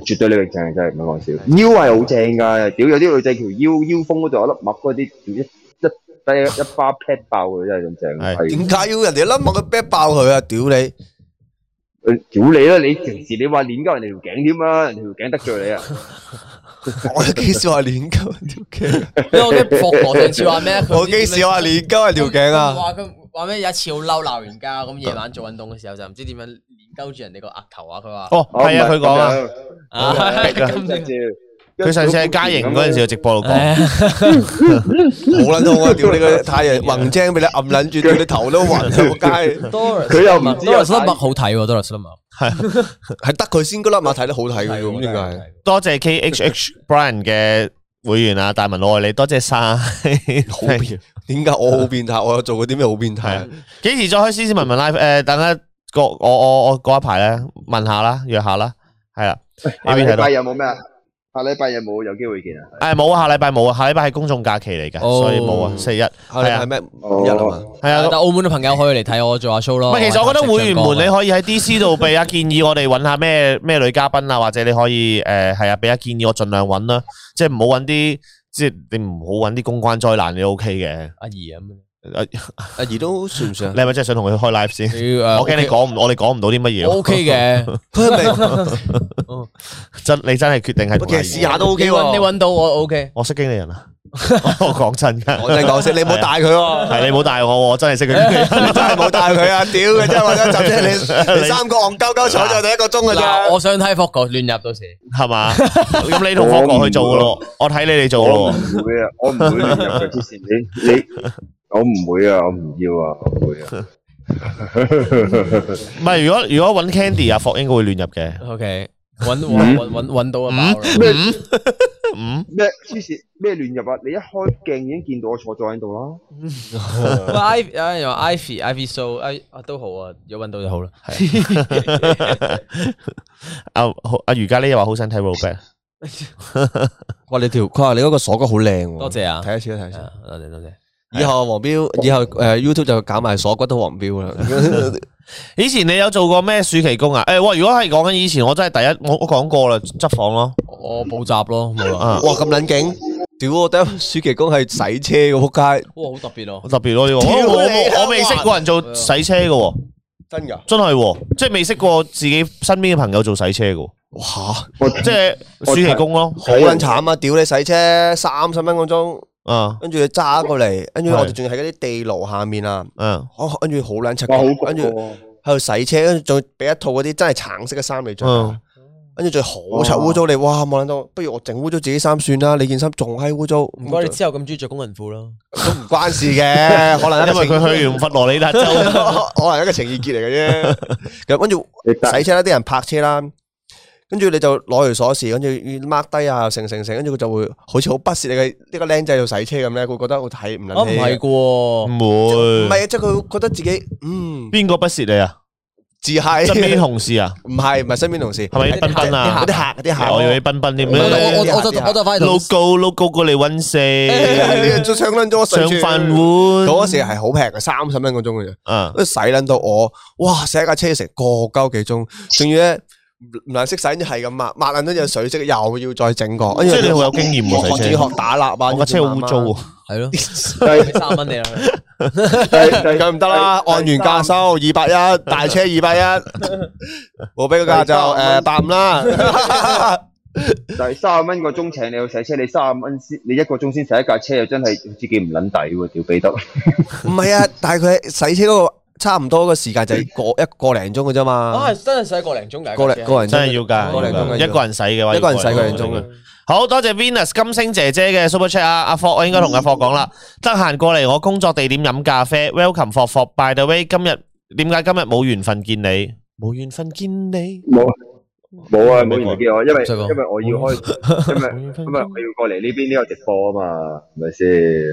Speaker 4: 絕對領域正，真係唔係講笑。腰係好正㗎，屌有啲女仔條腰腰峰嗰度有粒墨嗰啲，屌一一低一巴 pat 爆佢真係咁正。
Speaker 1: 係
Speaker 4: 係
Speaker 6: à, 點解要人哋冧我個 back 爆佢啊？屌你！
Speaker 4: 誒屌你啦！你平時你話鏈鳩人哋條頸添啊，人哋條頸得罪你啊！
Speaker 6: 我幾時話鏈鳩條頸？
Speaker 2: 因為我啲霍哥上次話咩？佢唔
Speaker 6: 我
Speaker 2: 知點
Speaker 6: 幾時話鏈鳩人條頸
Speaker 2: 佢
Speaker 6: 啊？
Speaker 2: 話佢話咩？有一次好嬲鬧完交，咁夜晚做運動嘅時候就唔知點樣連鳩住人哋個額頭啊！佢話
Speaker 1: 哦，
Speaker 4: 我唔
Speaker 1: 係啊，佢講啊，
Speaker 2: 啊，咁
Speaker 4: 咁樣，
Speaker 1: 佢上次喺嘉瑩嗰陣時嘅直播度講，
Speaker 6: 好撚痛啊！屌你個太陽宏精俾你暗撚住，屌你頭都暈啊！我街
Speaker 4: 佢又唔知又
Speaker 2: Doris 粒麥好睇喎，Doris 粒麥
Speaker 6: 係得佢先嗰粒馬睇得好睇嘅，咁點解？
Speaker 1: 多謝 K H H Brian 嘅會員啊，大文我愛你，多謝晒。
Speaker 6: 好啊變，點解我好變態？我有做過啲咩好變態啊？
Speaker 1: 幾時再開斯斯文文 live？诶，等一個我我我嗰一排咧，問下啦，約下啦，係啦。
Speaker 4: 下
Speaker 1: A B 睇
Speaker 4: 禮
Speaker 1: 到
Speaker 4: 拜，有冇咩啊？下禮拜有冇有機會見啊？
Speaker 1: 诶冇啊，下禮拜冇啊，下禮拜係公眾假期嚟嘅，
Speaker 2: 哦
Speaker 1: 所以冇啊，四一係
Speaker 6: 係啊，係咩五日啊嘛？
Speaker 1: 啊
Speaker 2: 但。澳門嘅朋友可以嚟睇我做下 show 咯。
Speaker 1: 唔係，其實我覺得會員們你
Speaker 2: 你
Speaker 1: 可以喺 DC 度俾下建議，我哋揾下咩咩女嘉賓啊，或者你可以誒係啊，俾下建議我盡量揾啦，即係唔好揾啲即係你唔好揾啲公關災難，你 OK 嘅。
Speaker 2: 阿姨啊咁樣，
Speaker 6: 阿怡都算唔算啊
Speaker 1: 你？係咪真係想同佢開 live 先？
Speaker 2: 你
Speaker 1: 我驚你講唔，我哋講唔到啲乜嘢喎。
Speaker 2: O K 嘅，
Speaker 6: 佢係咪
Speaker 1: 真你真係決定係同
Speaker 6: 其
Speaker 1: 阿
Speaker 6: 實
Speaker 1: 姨
Speaker 6: 試下都 OK
Speaker 2: 你揾你
Speaker 6: 喎。
Speaker 2: 揾到我 O K。
Speaker 1: 我識經理人 啊，我講真㗎，
Speaker 6: 我真係講先，你唔好帶佢喎。
Speaker 1: 係你冇帶我喎，我真係識佢經理 人。
Speaker 6: 你真係冇帶佢 啊！屌佢真係揾咗集 啫，你你三個戇鳩鳩坐咗第一個鐘嘅
Speaker 2: 嗱，
Speaker 6: 啫。
Speaker 2: 我想睇霍哥亂入到時，
Speaker 1: 係 嘛？咁你同我過去做咯，我睇你哋做
Speaker 4: 我
Speaker 1: 咯
Speaker 4: 唔。會啊！我唔會亂入嘅，黐線你你。我唔會啊！我唔要啊！我唔會啊！
Speaker 1: 唔係，如果如果揾 Candy 啊，霍應該會亂入嘅。
Speaker 2: OK，揾揾揾揾揾到啊爆啦！
Speaker 4: 咩
Speaker 1: 嗯 五
Speaker 4: 咩黐線咩亂入啊！你一開鏡已經見到我坐咗喺度啦。
Speaker 2: 喂，Ivy 有人哎話 Ivy，Ivy so，哎啊都好啊，如果揾到就好啦。
Speaker 1: 阿好阿余嘉呢又話好想睇 Robert，
Speaker 6: 哇！你條佢話你嗰個鎖骨好靚喎，
Speaker 2: 多謝啊
Speaker 6: 睇一次啦，睇一次。
Speaker 2: 啊多謝多謝。
Speaker 6: 以後黃標，以後誒 YouTube 就搞埋鎖骨都黃標 啦。
Speaker 1: 以前你有做過咩暑期工啊？诶，哇！如果係講緊以前，我真係第一，我我講過啦，執房咯，
Speaker 2: 我補習咯，冇 啦。
Speaker 1: 啊，
Speaker 6: 哇！咁撚勁，屌我得暑期工係洗車嘅仆街，
Speaker 2: 哇，好特別哦
Speaker 1: 好
Speaker 2: 咯，
Speaker 1: 特別咯呢個，我
Speaker 6: 屌
Speaker 1: 我
Speaker 6: 你
Speaker 1: 我
Speaker 6: 啦
Speaker 1: 我未識過人做洗車嘅喎，
Speaker 6: 真㗎？
Speaker 1: 真係喎，即係未識過自己身邊嘅朋友做洗車嘅喎，
Speaker 6: 哇！
Speaker 4: 我
Speaker 1: 即係暑期工咯，
Speaker 6: 好撚慘啊！屌你洗車三十蚊個鐘，
Speaker 1: 啊
Speaker 6: 跟住揸過嚟，跟住
Speaker 1: 係
Speaker 6: 我哋仲要喺嗰啲地牢下面啊，
Speaker 1: 嗯
Speaker 6: 哦跟住好撚
Speaker 4: 哇好
Speaker 6: 柒，
Speaker 4: 焗
Speaker 6: 跟住
Speaker 4: 喎
Speaker 6: 喺度洗車，跟住仲俾一套嗰啲真係橙色嘅衫你
Speaker 1: 嗯
Speaker 6: 着，跟住仲好柒污糟你，哇！望撚到，不如我整污糟自己衫算啦，你件衫仲閪污糟，唔
Speaker 2: 唔該你之後咁中意着工人褲咯。
Speaker 6: 都唔關事 嘅，可能一
Speaker 1: 因
Speaker 6: 個
Speaker 1: 為
Speaker 6: 情
Speaker 1: 佢去完佛羅里達州，
Speaker 6: 可能係一個情意結嚟嘅啫。咁跟住
Speaker 4: 你得
Speaker 6: 洗車啦，啲人泊車啦，跟住你就攞條鎖匙，跟住要 mark 低啊，成成成，跟住佢就會好似好不屑你嘅呢個僆仔做洗車咁咧，佢覺得我睇唔
Speaker 2: 啊，
Speaker 6: 撚
Speaker 2: 唔
Speaker 6: 起
Speaker 2: 係
Speaker 6: 嘅。
Speaker 2: 噶，
Speaker 1: 唔
Speaker 6: 唔
Speaker 1: 會
Speaker 6: 係，啊即係佢會覺得自己嗯
Speaker 1: 邊個不屑你啊？
Speaker 6: 自
Speaker 1: 身邊
Speaker 6: 嗨，
Speaker 1: 同事啊，
Speaker 6: 唔係唔係身邊同事，
Speaker 1: 係咪啲賓賓啊
Speaker 6: 嗰啲客嗰啲客，
Speaker 1: 我以為彬彬添，
Speaker 6: 係
Speaker 2: 我
Speaker 6: 係
Speaker 2: 我我就我就快同
Speaker 1: logo logo 過嚟揾四，
Speaker 6: 你做搶撚咗我上
Speaker 1: 上
Speaker 6: 次
Speaker 1: 飯碗，
Speaker 6: 嗰時係好平嘅，三十蚊個鐘嘅啫。
Speaker 1: 啊。
Speaker 6: 都洗撚到我，哇！洗架車成個鳩幾鐘，仲要咧唔難識洗，係咁抹，抹撚到有水色，又要再整過。哎
Speaker 1: 即係你好有經驗喎洗
Speaker 6: 學
Speaker 1: 車
Speaker 6: 住學打蠟啊！
Speaker 1: 我架車好污糟
Speaker 6: 啊！
Speaker 1: 喎，
Speaker 2: 係咯，
Speaker 4: 但係
Speaker 2: 三蚊你啊啦。
Speaker 4: 但係但係
Speaker 6: 梗唔得啦，
Speaker 1: 哎
Speaker 6: 按原價收二百一，大車二百一，我俾個價就
Speaker 1: 哎
Speaker 6: 誒百五啦。
Speaker 4: 但係三十蚊個鐘請你去洗車，你三十蚊先，你一個鐘先洗一架車，又真係自己唔撚抵喎，屌俾得。
Speaker 6: 唔係啊，但係佢洗車嗰個差唔多個時間就係個一個零鐘嘅啫嘛
Speaker 2: 啊，，真係使個零鐘㗎。
Speaker 6: 個零個零
Speaker 1: 真哦係
Speaker 6: 鐘，
Speaker 1: 要㗎，
Speaker 6: 個零鐘嘅
Speaker 1: 一個人使嘅話，
Speaker 6: 一個人洗個零
Speaker 1: 要
Speaker 6: 鐘嘅。
Speaker 1: 好多謝 Venus 金星姐姐嘅 Super Chat 啊！阿霍，我應該同阿霍講啦，得閒過嚟我工作地點飲咖啡。Welcome 霍霍，By the way，今日點解今日冇緣分見你？冇緣分見你，
Speaker 4: 冇啊冇啊，冇人叫我，因為
Speaker 2: 再講
Speaker 4: 因為我要開，因為
Speaker 1: 冇緣分
Speaker 4: 因
Speaker 1: 見
Speaker 4: 為我要過嚟呢邊呢個直播啊嘛，係咪先？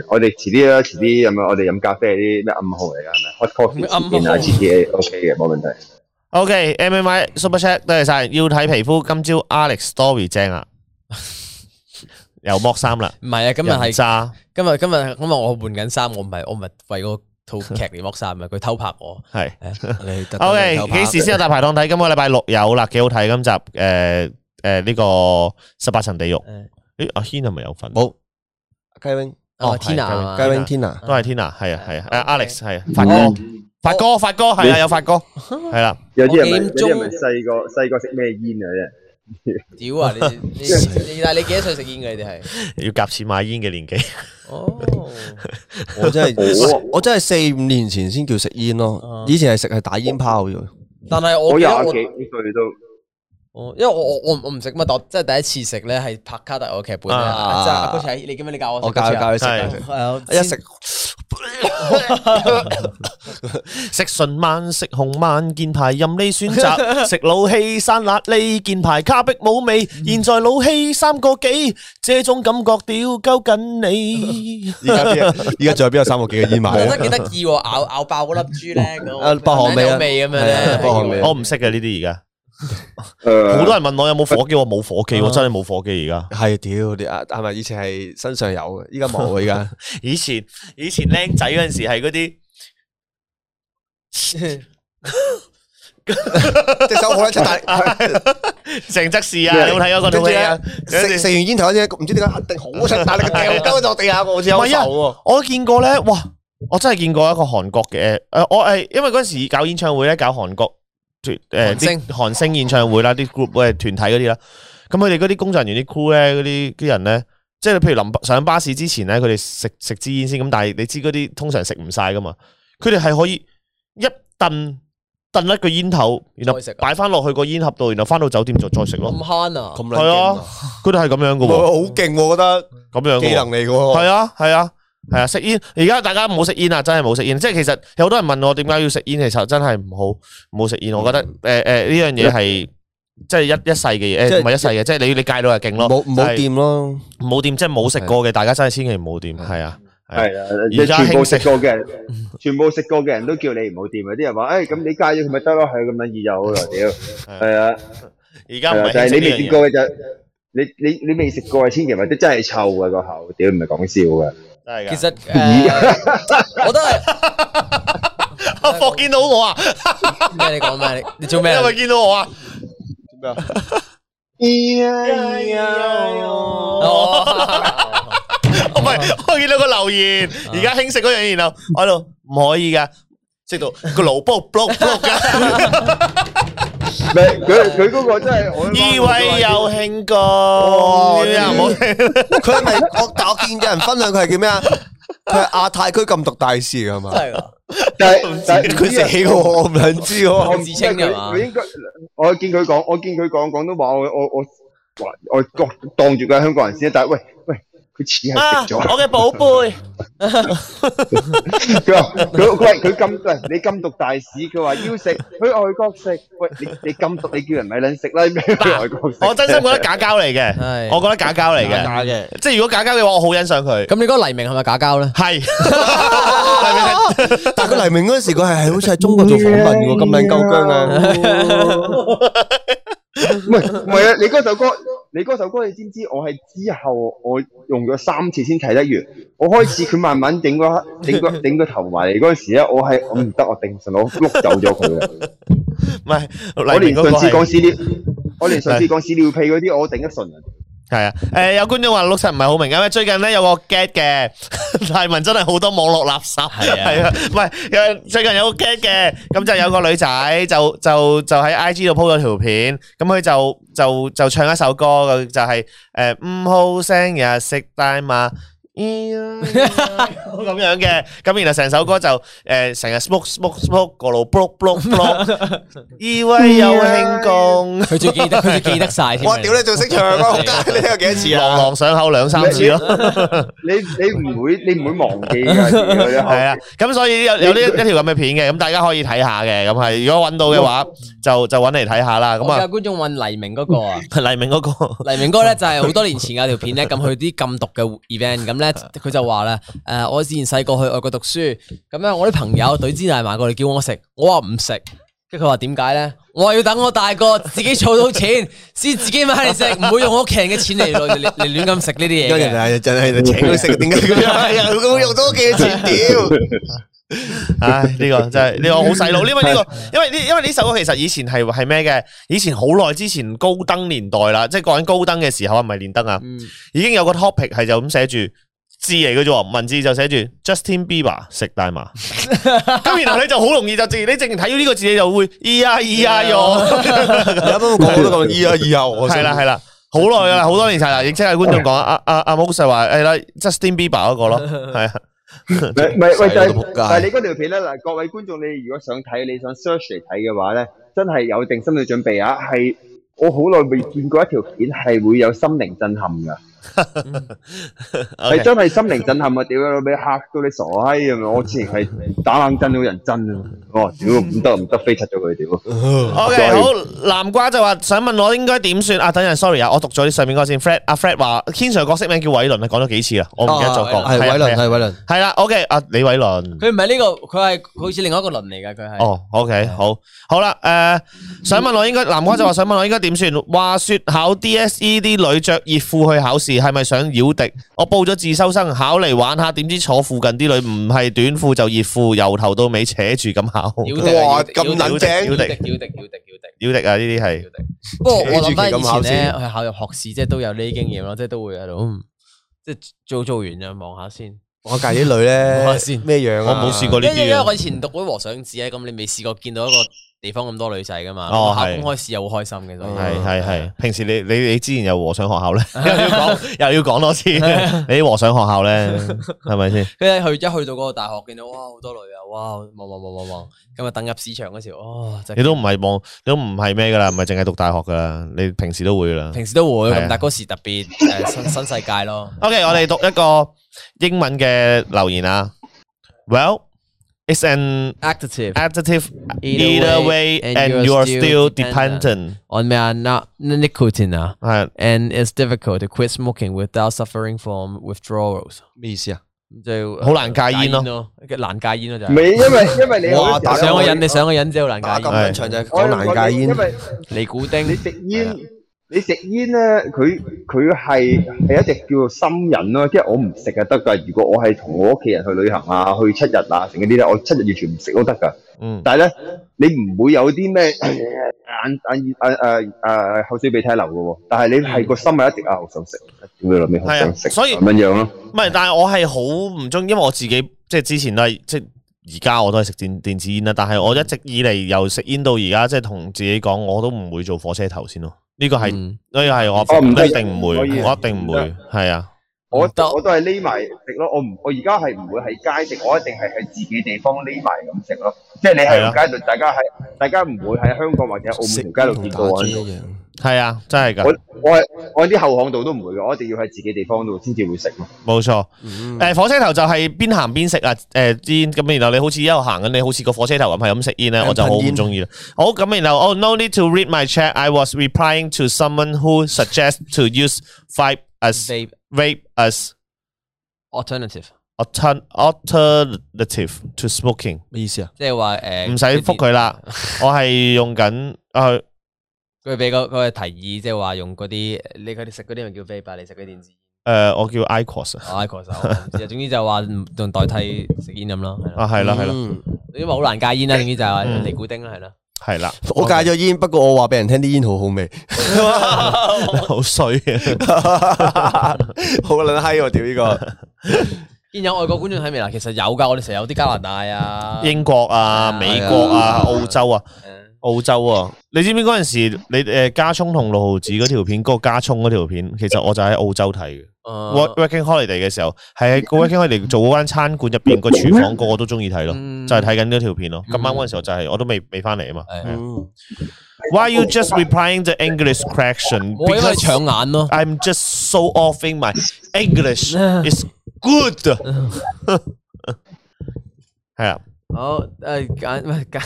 Speaker 4: 我哋遲啲啦，遲啲咁啊，我哋飲咖啡係啲咩暗號嚟㗎？係咪 hot
Speaker 2: 咩暗號啊
Speaker 4: coffee 啊見下 GTA OK 嘅，冇問題。
Speaker 1: OK，M M I Super Chat 多謝晒，要睇皮膚。今朝 Alex Story 正 啊，又剝衫啦，
Speaker 2: 唔係啊，今日
Speaker 1: 人
Speaker 2: 係
Speaker 1: 渣
Speaker 2: 今日今日今日我換緊衫，我唔係我唔係為嗰套劇嚟剝衫啊，佢偷拍 我。
Speaker 1: 係。
Speaker 6: 你特登
Speaker 1: O
Speaker 6: 嚟
Speaker 1: K，
Speaker 6: 偷拍
Speaker 1: 幾時
Speaker 2: 哦
Speaker 1: 先有大排檔睇？今個禮拜六有啦，幾好睇今集。誒誒呢個十八層地獄
Speaker 2: 嗯，
Speaker 1: 咦阿軒係咪有份？
Speaker 6: 冇？雞 wing
Speaker 1: 係
Speaker 2: 哦 Tina 啊
Speaker 6: 雞
Speaker 2: 嘛
Speaker 6: wing Tina。
Speaker 1: 都係 Tina，係啊係啊，誒 Alex 係啊，發哥
Speaker 4: 哦
Speaker 1: 发哥，发哥系啊，有发哥，系啦，
Speaker 4: 有啲人咪
Speaker 2: 我
Speaker 4: 有
Speaker 2: 幾點鐘
Speaker 4: 啲人咪細個細個食咩煙啊？啫，
Speaker 2: 屌啊！你 你你但係你幾多歲食煙嘅？你哋係
Speaker 1: 要夹钱买烟嘅年纪，
Speaker 2: 哦，
Speaker 6: 我真
Speaker 4: 我
Speaker 6: 係我真係四五年前先叫食煙咯，
Speaker 1: 啊
Speaker 6: 以前係食係打煙泡啫。
Speaker 2: 但係我
Speaker 4: 我
Speaker 2: 記
Speaker 4: 廿
Speaker 2: 得我
Speaker 4: 幾歲都
Speaker 2: 哦，因為我我我唔我唔食乜，但我真係第一次食咧係拍卡特我劇本啊
Speaker 6: 啊
Speaker 2: 即係阿 Coach 係你記唔記得你教我食
Speaker 6: 我教
Speaker 2: 嗰次
Speaker 6: 教
Speaker 2: 啊？
Speaker 6: 佢食
Speaker 1: 係
Speaker 6: 教佢食，
Speaker 2: 係啊，
Speaker 6: 一食
Speaker 1: 食唇晚食紅晚健牌任你選擇，食老氣山辣呢健牌卡壁冇味，現在老氣三個幾，這種感覺屌鳩緊你。
Speaker 6: 而家 邊有？而家仲有邊有三個幾嘅煙
Speaker 2: 我
Speaker 6: 賣
Speaker 2: 覺
Speaker 6: 啊？
Speaker 2: 得幾得意喎，咬咬爆嗰粒珠咧，咁
Speaker 6: 啊薄荷味啊
Speaker 2: 有味咁樣
Speaker 6: 係
Speaker 2: 咧
Speaker 6: 啊，薄荷味啊
Speaker 1: 我唔識嘅呢啲而家，
Speaker 4: 誒，
Speaker 1: 好多人問我有冇火機，我冇火機，我真係冇火機而家。
Speaker 6: 係屌你啊！係咪以前係身上有嘅？依家冇啊！依 家
Speaker 1: 以前以前僆仔嗰阵时系嗰啲
Speaker 6: 隻手好撚出 大力。
Speaker 1: 啊成則事啊，你有冇睇過嗰
Speaker 6: 跟
Speaker 1: 套
Speaker 6: 住
Speaker 1: 戲
Speaker 6: 咧
Speaker 1: 啊？，
Speaker 6: 食食完煙頭咧，唔知點解一定好出大力嘅掉鳩咗地下喎，好
Speaker 1: 唔
Speaker 6: 似有
Speaker 1: 係啊
Speaker 6: 手喎。
Speaker 1: 我見過咧，哇！我真係見過一個韓國嘅，诶、我係因為嗰阵时搞演唱會咧，搞韓國團诶
Speaker 2: 韓星
Speaker 1: 啲韓星演唱會啦，啲 group 嘅團體嗰啲啦，咁佢哋嗰啲工作人員啲 crew 咧，嗰啲啲人咧，即係譬如臨上巴士之前咧，佢哋食食支煙先，咁但係你知嗰啲通常食唔晒噶嘛，佢哋係可以一燉燉一個煙頭，然
Speaker 6: 哦
Speaker 1: 後
Speaker 2: 再食啊
Speaker 1: 擺翻落去個煙盒度，然後翻到酒店就再食
Speaker 2: 咁
Speaker 1: 咯，
Speaker 2: 慳啊！
Speaker 6: 咁撚
Speaker 1: 係
Speaker 6: 勁
Speaker 1: 啊
Speaker 6: 啊！，
Speaker 1: 佢哋係咁樣噶
Speaker 6: 我
Speaker 1: 喎，
Speaker 6: 好勁啊喎，我覺得
Speaker 1: 咁樣㗎喎
Speaker 6: 技能嚟嘅
Speaker 1: 系
Speaker 6: 喎。
Speaker 1: 啊，系啊，系啊，食煙而家大家冇食煙啊，真係冇食煙。即係其實有好多人問我點解要食煙，其實真係唔好冇食煙。我覺得诶诶呢樣嘢係即係一一世嘅嘢，
Speaker 6: 即
Speaker 1: 誒
Speaker 6: 係
Speaker 1: 唔係一世嘅，即係你你戒到就勁
Speaker 6: 唔
Speaker 1: 咯，
Speaker 6: 好唔好
Speaker 1: 但係
Speaker 6: 掂咯，
Speaker 1: 唔好掂，即係冇食過嘅，大家真係千祈唔好掂。係啊，
Speaker 4: 係啊，
Speaker 1: 而
Speaker 4: 你
Speaker 1: 家
Speaker 4: 全部
Speaker 1: 興盛
Speaker 4: 食過嘅人，全部食過嘅人都叫你唔好掂啊！啲人話：，誒咁你戒咗佢咪得咯，係咁樣易就好啦，屌！係啊，
Speaker 1: 而家
Speaker 4: 係
Speaker 1: 唔
Speaker 4: 啊，
Speaker 1: 係
Speaker 4: 就係
Speaker 1: 興盛
Speaker 4: 你
Speaker 1: 呢
Speaker 4: 未
Speaker 1: 樣
Speaker 4: 食
Speaker 1: 嘢。
Speaker 4: 過嘅就，你你你未食過嘅千祈咪都真係臭嘅個口，屌唔係講笑嘅。
Speaker 1: 真係
Speaker 2: 其
Speaker 1: 㗎
Speaker 2: 實誒，我都係
Speaker 1: 阿 霍見到我啊，
Speaker 2: 咩？你講咩？你你做
Speaker 1: 你
Speaker 2: 咩啊
Speaker 1: 係？咪見到我啊？ 哦
Speaker 2: 哦，
Speaker 1: 唔係，
Speaker 4: 哦
Speaker 1: 我見到個留言，
Speaker 4: 啊
Speaker 1: 而家興盛嗰樣嘢，然後我喺度唔可以㗎，食到個腦卜卜卜㗎。
Speaker 4: 唔係佢佢嗰個真係我
Speaker 1: 以為有興
Speaker 4: 哦
Speaker 1: 過，
Speaker 6: 真
Speaker 1: 唔
Speaker 6: 係
Speaker 1: 啊好聽。
Speaker 6: 佢係咪我？但我見有人分享佢係叫咩啊？佢係亞太區禁毒大使嚟㗎嘛
Speaker 2: 真？係啊㗎
Speaker 4: 但係但係
Speaker 6: 佢死嘅喎，我唔 撚知喎。
Speaker 4: 我
Speaker 2: 自稱㗎嘛
Speaker 4: 佢應該我見佢講，我見佢講廣東話，我我我我覺當住佢係香港人先，但係喂喂，佢似係食咗。
Speaker 1: 啊嘅寶 貝，
Speaker 4: 佢話佢佢喂佢禁喂你禁毒大使，佢話要食去外國食，喂你你禁毒你叫人咪撚食啦，咩去外國食？
Speaker 1: 我真心覺得假膠嚟 嘅，
Speaker 2: 係。
Speaker 1: 我覺得假膠嚟嘅，
Speaker 6: 假嘅，
Speaker 1: 即係如果假膠嘅話，我好欣賞佢。
Speaker 2: 咁你嗰個黎明係咪假交咧？
Speaker 1: 係，
Speaker 6: 但佢黎明嗰陣時，佢係係好似喺中國做訪問喎，咁撚鳩 啊僵啊！
Speaker 4: 唔係唔係啊！你嗰首歌，你嗰首歌，你知唔知？我係之後我用咗三次先睇得完。我開始佢慢慢整 個整個整個頭埋嚟嗰陣時咧，我係我唔得，我頂唔順，我碌走咗 佢啦。
Speaker 1: 唔係
Speaker 4: 我
Speaker 1: 黎
Speaker 4: 連
Speaker 1: 明嗰
Speaker 4: 上
Speaker 1: 個
Speaker 4: 次講
Speaker 1: 係
Speaker 4: 屎尿，我連上次講屎尿屁嗰啲，我頂得順啊！
Speaker 1: 係啊。誒有觀眾話六七唔係好明因為最近咧有個 get 嘅 泰文真係好多網絡垃圾，係啊，唔係有最近有個 get 嘅，咁就有個女仔就就就喺 IG 度 po 咗條片，咁佢就就就唱一首歌嘅，就係誒唔好聲日食大麻。咁樣嘅，咁然後成首歌就誒成日 smoke smoke smoke 個腦 block block block，以 為有輕功，
Speaker 2: 佢最記得，佢最記得晒添。
Speaker 6: 哇！屌你仲識唱啊！好得你聽過幾多 次
Speaker 1: 朗
Speaker 6: 啊？
Speaker 1: 朗上口兩三次咯，
Speaker 4: 你你唔會你唔會忘記㗎，係
Speaker 1: 係啊，咁所以有有呢一一條咁嘅片嘅，咁大家可以睇下嘅，咁係如果揾到嘅話，就就揾嚟睇下啦，咁
Speaker 2: 咁啊！
Speaker 1: 啊，
Speaker 2: 觀眾問黎明嗰個啊。
Speaker 1: 黎明嗰 個。
Speaker 2: 黎明哥咧就係好多年前有條片咧，咁去啲禁毒嘅 event，咁咧佢就話啦：誒、我以前細個去外國讀書，咁咧我啲朋友隊支大麻過嚟叫我食，我話唔食，跟住佢話點解咧？我話要等我大個自己儲到錢，先自己買嚟食，唔會用屋企人嘅錢嚟嚟嚟嚟亂咁食呢啲嘢
Speaker 6: 有
Speaker 2: 嘅。
Speaker 6: 人係真係請佢食，點解咁 樣？係啊，佢會用多幾多錢？屌！
Speaker 1: 唉，呢個真係呢個好細 路，因為呢個因為呢因為呢首歌其實以前係係咩嘅？以前好耐之前高啊嗯
Speaker 2: 嗯
Speaker 1: 登年代啦，即係講緊高登嘅時候，唔係連登啊，已經有個 topic 係就咁寫住字嚟嘅啫喎，文字就寫住 Justin Bieber 食大麻，咁然後你就好容易就自，你淨睇到呢個字你就會咿呀咿呀喲，
Speaker 6: 你啱啱講好多咁依啊依啊，我
Speaker 1: 係啦係啦，好耐噶啦，好多年前啦，亦即係觀眾 講阿阿阿 Mo 就話係啦，Justin Bieber 嗰個咯，係啊，
Speaker 4: 唔係唔係喂，但
Speaker 6: 細到
Speaker 4: 係
Speaker 6: 仆街
Speaker 4: 但係你嗰條片咧嗱，各位觀眾，你如果想睇，你想 search 嚟睇嘅話咧，真係有定心理準備啊！係我好耐未見過一條片係會有心靈震撼㗎，係
Speaker 1: OK，
Speaker 4: 真係心靈震撼啊！屌你老味，嚇到你傻閪咁樣！我之前係打冷震到人震啊！哦，屌唔得唔得，飛出咗佢屌！
Speaker 1: OK，好，南瓜就話想問我應該點算啊？等陣，sorry 啊，我讀咗啲上面嗰個先，Fred 阿 Fred 話 Ken Sir 角色名叫偉倫啊，講咗幾次啦，我唔記得咗講，
Speaker 6: 係
Speaker 1: 係啊
Speaker 6: 偉
Speaker 1: 係啊
Speaker 6: 倫係偉倫，
Speaker 1: 係啦，OK，阿李偉倫。
Speaker 2: 佢唔係呢個，佢係好似另外一個輪嚟㗎，佢係。
Speaker 1: 哦，OK，好，好啦，诶、想問 我應該，南瓜就話想問我應該點算？話說考 DSE 啲女着熱褲去考試，係咪想擾敵？我報咗自修生考嚟玩下，點知坐附近啲女唔係短褲就熱褲，由頭到尾扯住咁考，
Speaker 2: 妖敵啊
Speaker 6: 哇
Speaker 2: 妖敵
Speaker 6: 哦咁
Speaker 2: 妖
Speaker 6: 撚
Speaker 2: 敵
Speaker 6: 正
Speaker 2: 妖敵妖敵妖敵妖敵。
Speaker 1: 擾敵啊！呢啲係
Speaker 2: 不 過我諗翻
Speaker 6: 扯住
Speaker 2: 以
Speaker 6: 旗咁考
Speaker 2: 前咧，
Speaker 6: 先
Speaker 2: 去考入學試即係都有呢啲經驗咯，即係都會喺度，嗯即係做做完就望下先。
Speaker 6: 我隔啲女咧咩樣
Speaker 1: 我
Speaker 6: 啊？
Speaker 1: 冇試過呢
Speaker 2: 因為因
Speaker 1: 啲
Speaker 2: 為我
Speaker 1: 啊。
Speaker 2: 以前讀嗰和尚寺咧，咁你未試過見到一個地方咁多女仔噶嘛？
Speaker 1: 哦
Speaker 2: 考
Speaker 1: 係
Speaker 2: 公開試又好開心嘅，所以
Speaker 1: 係係
Speaker 2: 哦
Speaker 1: 係，平時你你你之前有和尚學校 咧， 又要講又要講多次，你啲和尚學校咧 係咪先？
Speaker 2: 跟住去一去到嗰個大學，見到哇好多女啊，哇望望望望望，今日等入市場嗰時，哦，真係
Speaker 1: 你都唔係望，你都唔係咩噶啦，唔係淨係讀大學噶啦，你平時都會噶啦。
Speaker 2: 平時都會
Speaker 1: 係啊
Speaker 2: 咁，但係嗰時特別 誒新新世界咯。
Speaker 1: Okay, 我哋讀一個英文嘅留言啊。Well, it's an
Speaker 2: Active
Speaker 1: adjective
Speaker 2: Either
Speaker 1: either way
Speaker 2: way, and
Speaker 1: and
Speaker 2: you're
Speaker 1: you are still
Speaker 2: still dependent.
Speaker 1: dependent.
Speaker 2: on 咩啊？Not nicotine 啊
Speaker 1: 係，
Speaker 2: ，and it's difficult to quit smoking without suffering from withdrawals。
Speaker 6: 咩意思啊？
Speaker 2: 咁就
Speaker 1: 好難戒煙咯
Speaker 2: 咯，難戒煙咯就
Speaker 4: 唔
Speaker 2: 係。
Speaker 4: 係因為因為你好多
Speaker 6: 哇
Speaker 4: 時
Speaker 2: 上
Speaker 4: 候
Speaker 2: 個
Speaker 4: 呢
Speaker 2: 癮，你上個癮之後難
Speaker 6: 打
Speaker 2: 戒
Speaker 6: 咁
Speaker 2: 煙。
Speaker 6: 撚長就係
Speaker 4: 我我
Speaker 6: 講難戒煙
Speaker 4: 因。為
Speaker 2: 尼古丁
Speaker 4: 你食煙，你食煙咧，佢佢係係一隻叫做心癮咯，即係我唔食就得㗎。如果我係同我屋企人去旅行啊，去七日啊，成嗰啲咧，我七日完全唔食都得㗎。
Speaker 1: 嗯，
Speaker 4: 但係咧，你唔會有啲咩 眼眼眼誒誒口水鼻涕流嘅喎，但係你係個心係一直啊好想食，屌你老味好想食
Speaker 1: 係啊所以
Speaker 4: 咁樣樣咯。
Speaker 1: 唔係，但係我係好唔鍾意，因為我自己，即係之前都係，即係而家我都係食電-電子煙啦，但係我一直以嚟由食煙到而家，即係同自己講，我都唔會做火車頭先咯。呢個係-
Speaker 2: 嗯
Speaker 1: 呢個係我
Speaker 4: 哦，唔得，
Speaker 1: 一定唔會，
Speaker 4: 唔可以。
Speaker 1: 我一定唔會，
Speaker 4: 唔得。我我都係匿埋食咯，我唔我而家係唔會喺街食，我一定係喺自己地方匿埋咁食咯。即係你
Speaker 6: 啊
Speaker 4: 喺條街度，大家喺大家唔會喺香港或者澳門條街度
Speaker 6: 同
Speaker 4: 見
Speaker 6: 打
Speaker 4: 到我
Speaker 6: 機
Speaker 4: 喺度。
Speaker 6: 一樣。
Speaker 1: 係啊，係啊，真係㗎，
Speaker 4: 我我係我喺啲後巷度都唔會嘅，我一定要喺自己地方度先至會食咯。
Speaker 1: 冇錯。诶、火車頭就係邊行邊食啊！诶、煙咁，然後你好似一路行緊，你好似個火車頭咁，係咁食煙咧，
Speaker 6: 嗯
Speaker 1: 我就好
Speaker 6: 噴
Speaker 1: 唔
Speaker 6: 煙
Speaker 1: 中意啦。好咁，然後哦、n o need to read my chat. I was replying to someone who suggests to use five as
Speaker 2: vape
Speaker 1: rape as
Speaker 2: alternative，
Speaker 1: altern alternative to smoking。
Speaker 6: 咩意思啊？
Speaker 2: 即係話誒，
Speaker 1: 唔使覆佢啦，我係用緊诶
Speaker 2: 佢俾個佢個提議，即係話用嗰啲你佢哋食嗰啲咪叫 vape 啊，你食嗰啲電子 煙
Speaker 1: 诶，我叫 icos 啊
Speaker 2: 我 i c o s 總之就話唔用代替食煙咁咯，係
Speaker 1: 啊，
Speaker 2: 咯，
Speaker 1: 係啦係啦
Speaker 6: 嗯
Speaker 2: 因為好難戒煙啦，總之就係
Speaker 1: 嗯
Speaker 2: 尼古丁啦，係咯。
Speaker 1: 係啦，
Speaker 6: 我戒咗煙，不過我話俾人聽啲煙好好味，
Speaker 1: 好衰啊！
Speaker 6: 好撚閪喎！屌呢個
Speaker 2: 見有外國觀眾睇未啦？其實有㗎，我哋成日有啲加拿大啊，嗯
Speaker 1: 英國啊、美國啊、澳洲啊。
Speaker 2: 誒
Speaker 1: 澳洲啊，你知唔知嗰阵时你诶加葱同六毫子嗰條片，嗰、個加葱嗰條片，其實我就喺澳洲睇嘅。Work-
Speaker 2: 啊
Speaker 1: working holiday 嘅時候，係
Speaker 2: 嗯
Speaker 1: 喺個 working holiday 做嗰間餐館入边個廚房，個個都中意睇咯，
Speaker 2: 嗯
Speaker 1: 就係睇緊嗰條片咯。
Speaker 2: 嗯
Speaker 1: 咁啱嗰阵时候就係我都未未翻嚟啊嘛。
Speaker 2: 係
Speaker 6: 嗯
Speaker 1: Why you just replying the English question?
Speaker 2: 我因為
Speaker 1: Because
Speaker 2: 搶眼咯，
Speaker 1: I'm just so offing my English is good 。係啊，
Speaker 2: 好誒揀 喂揀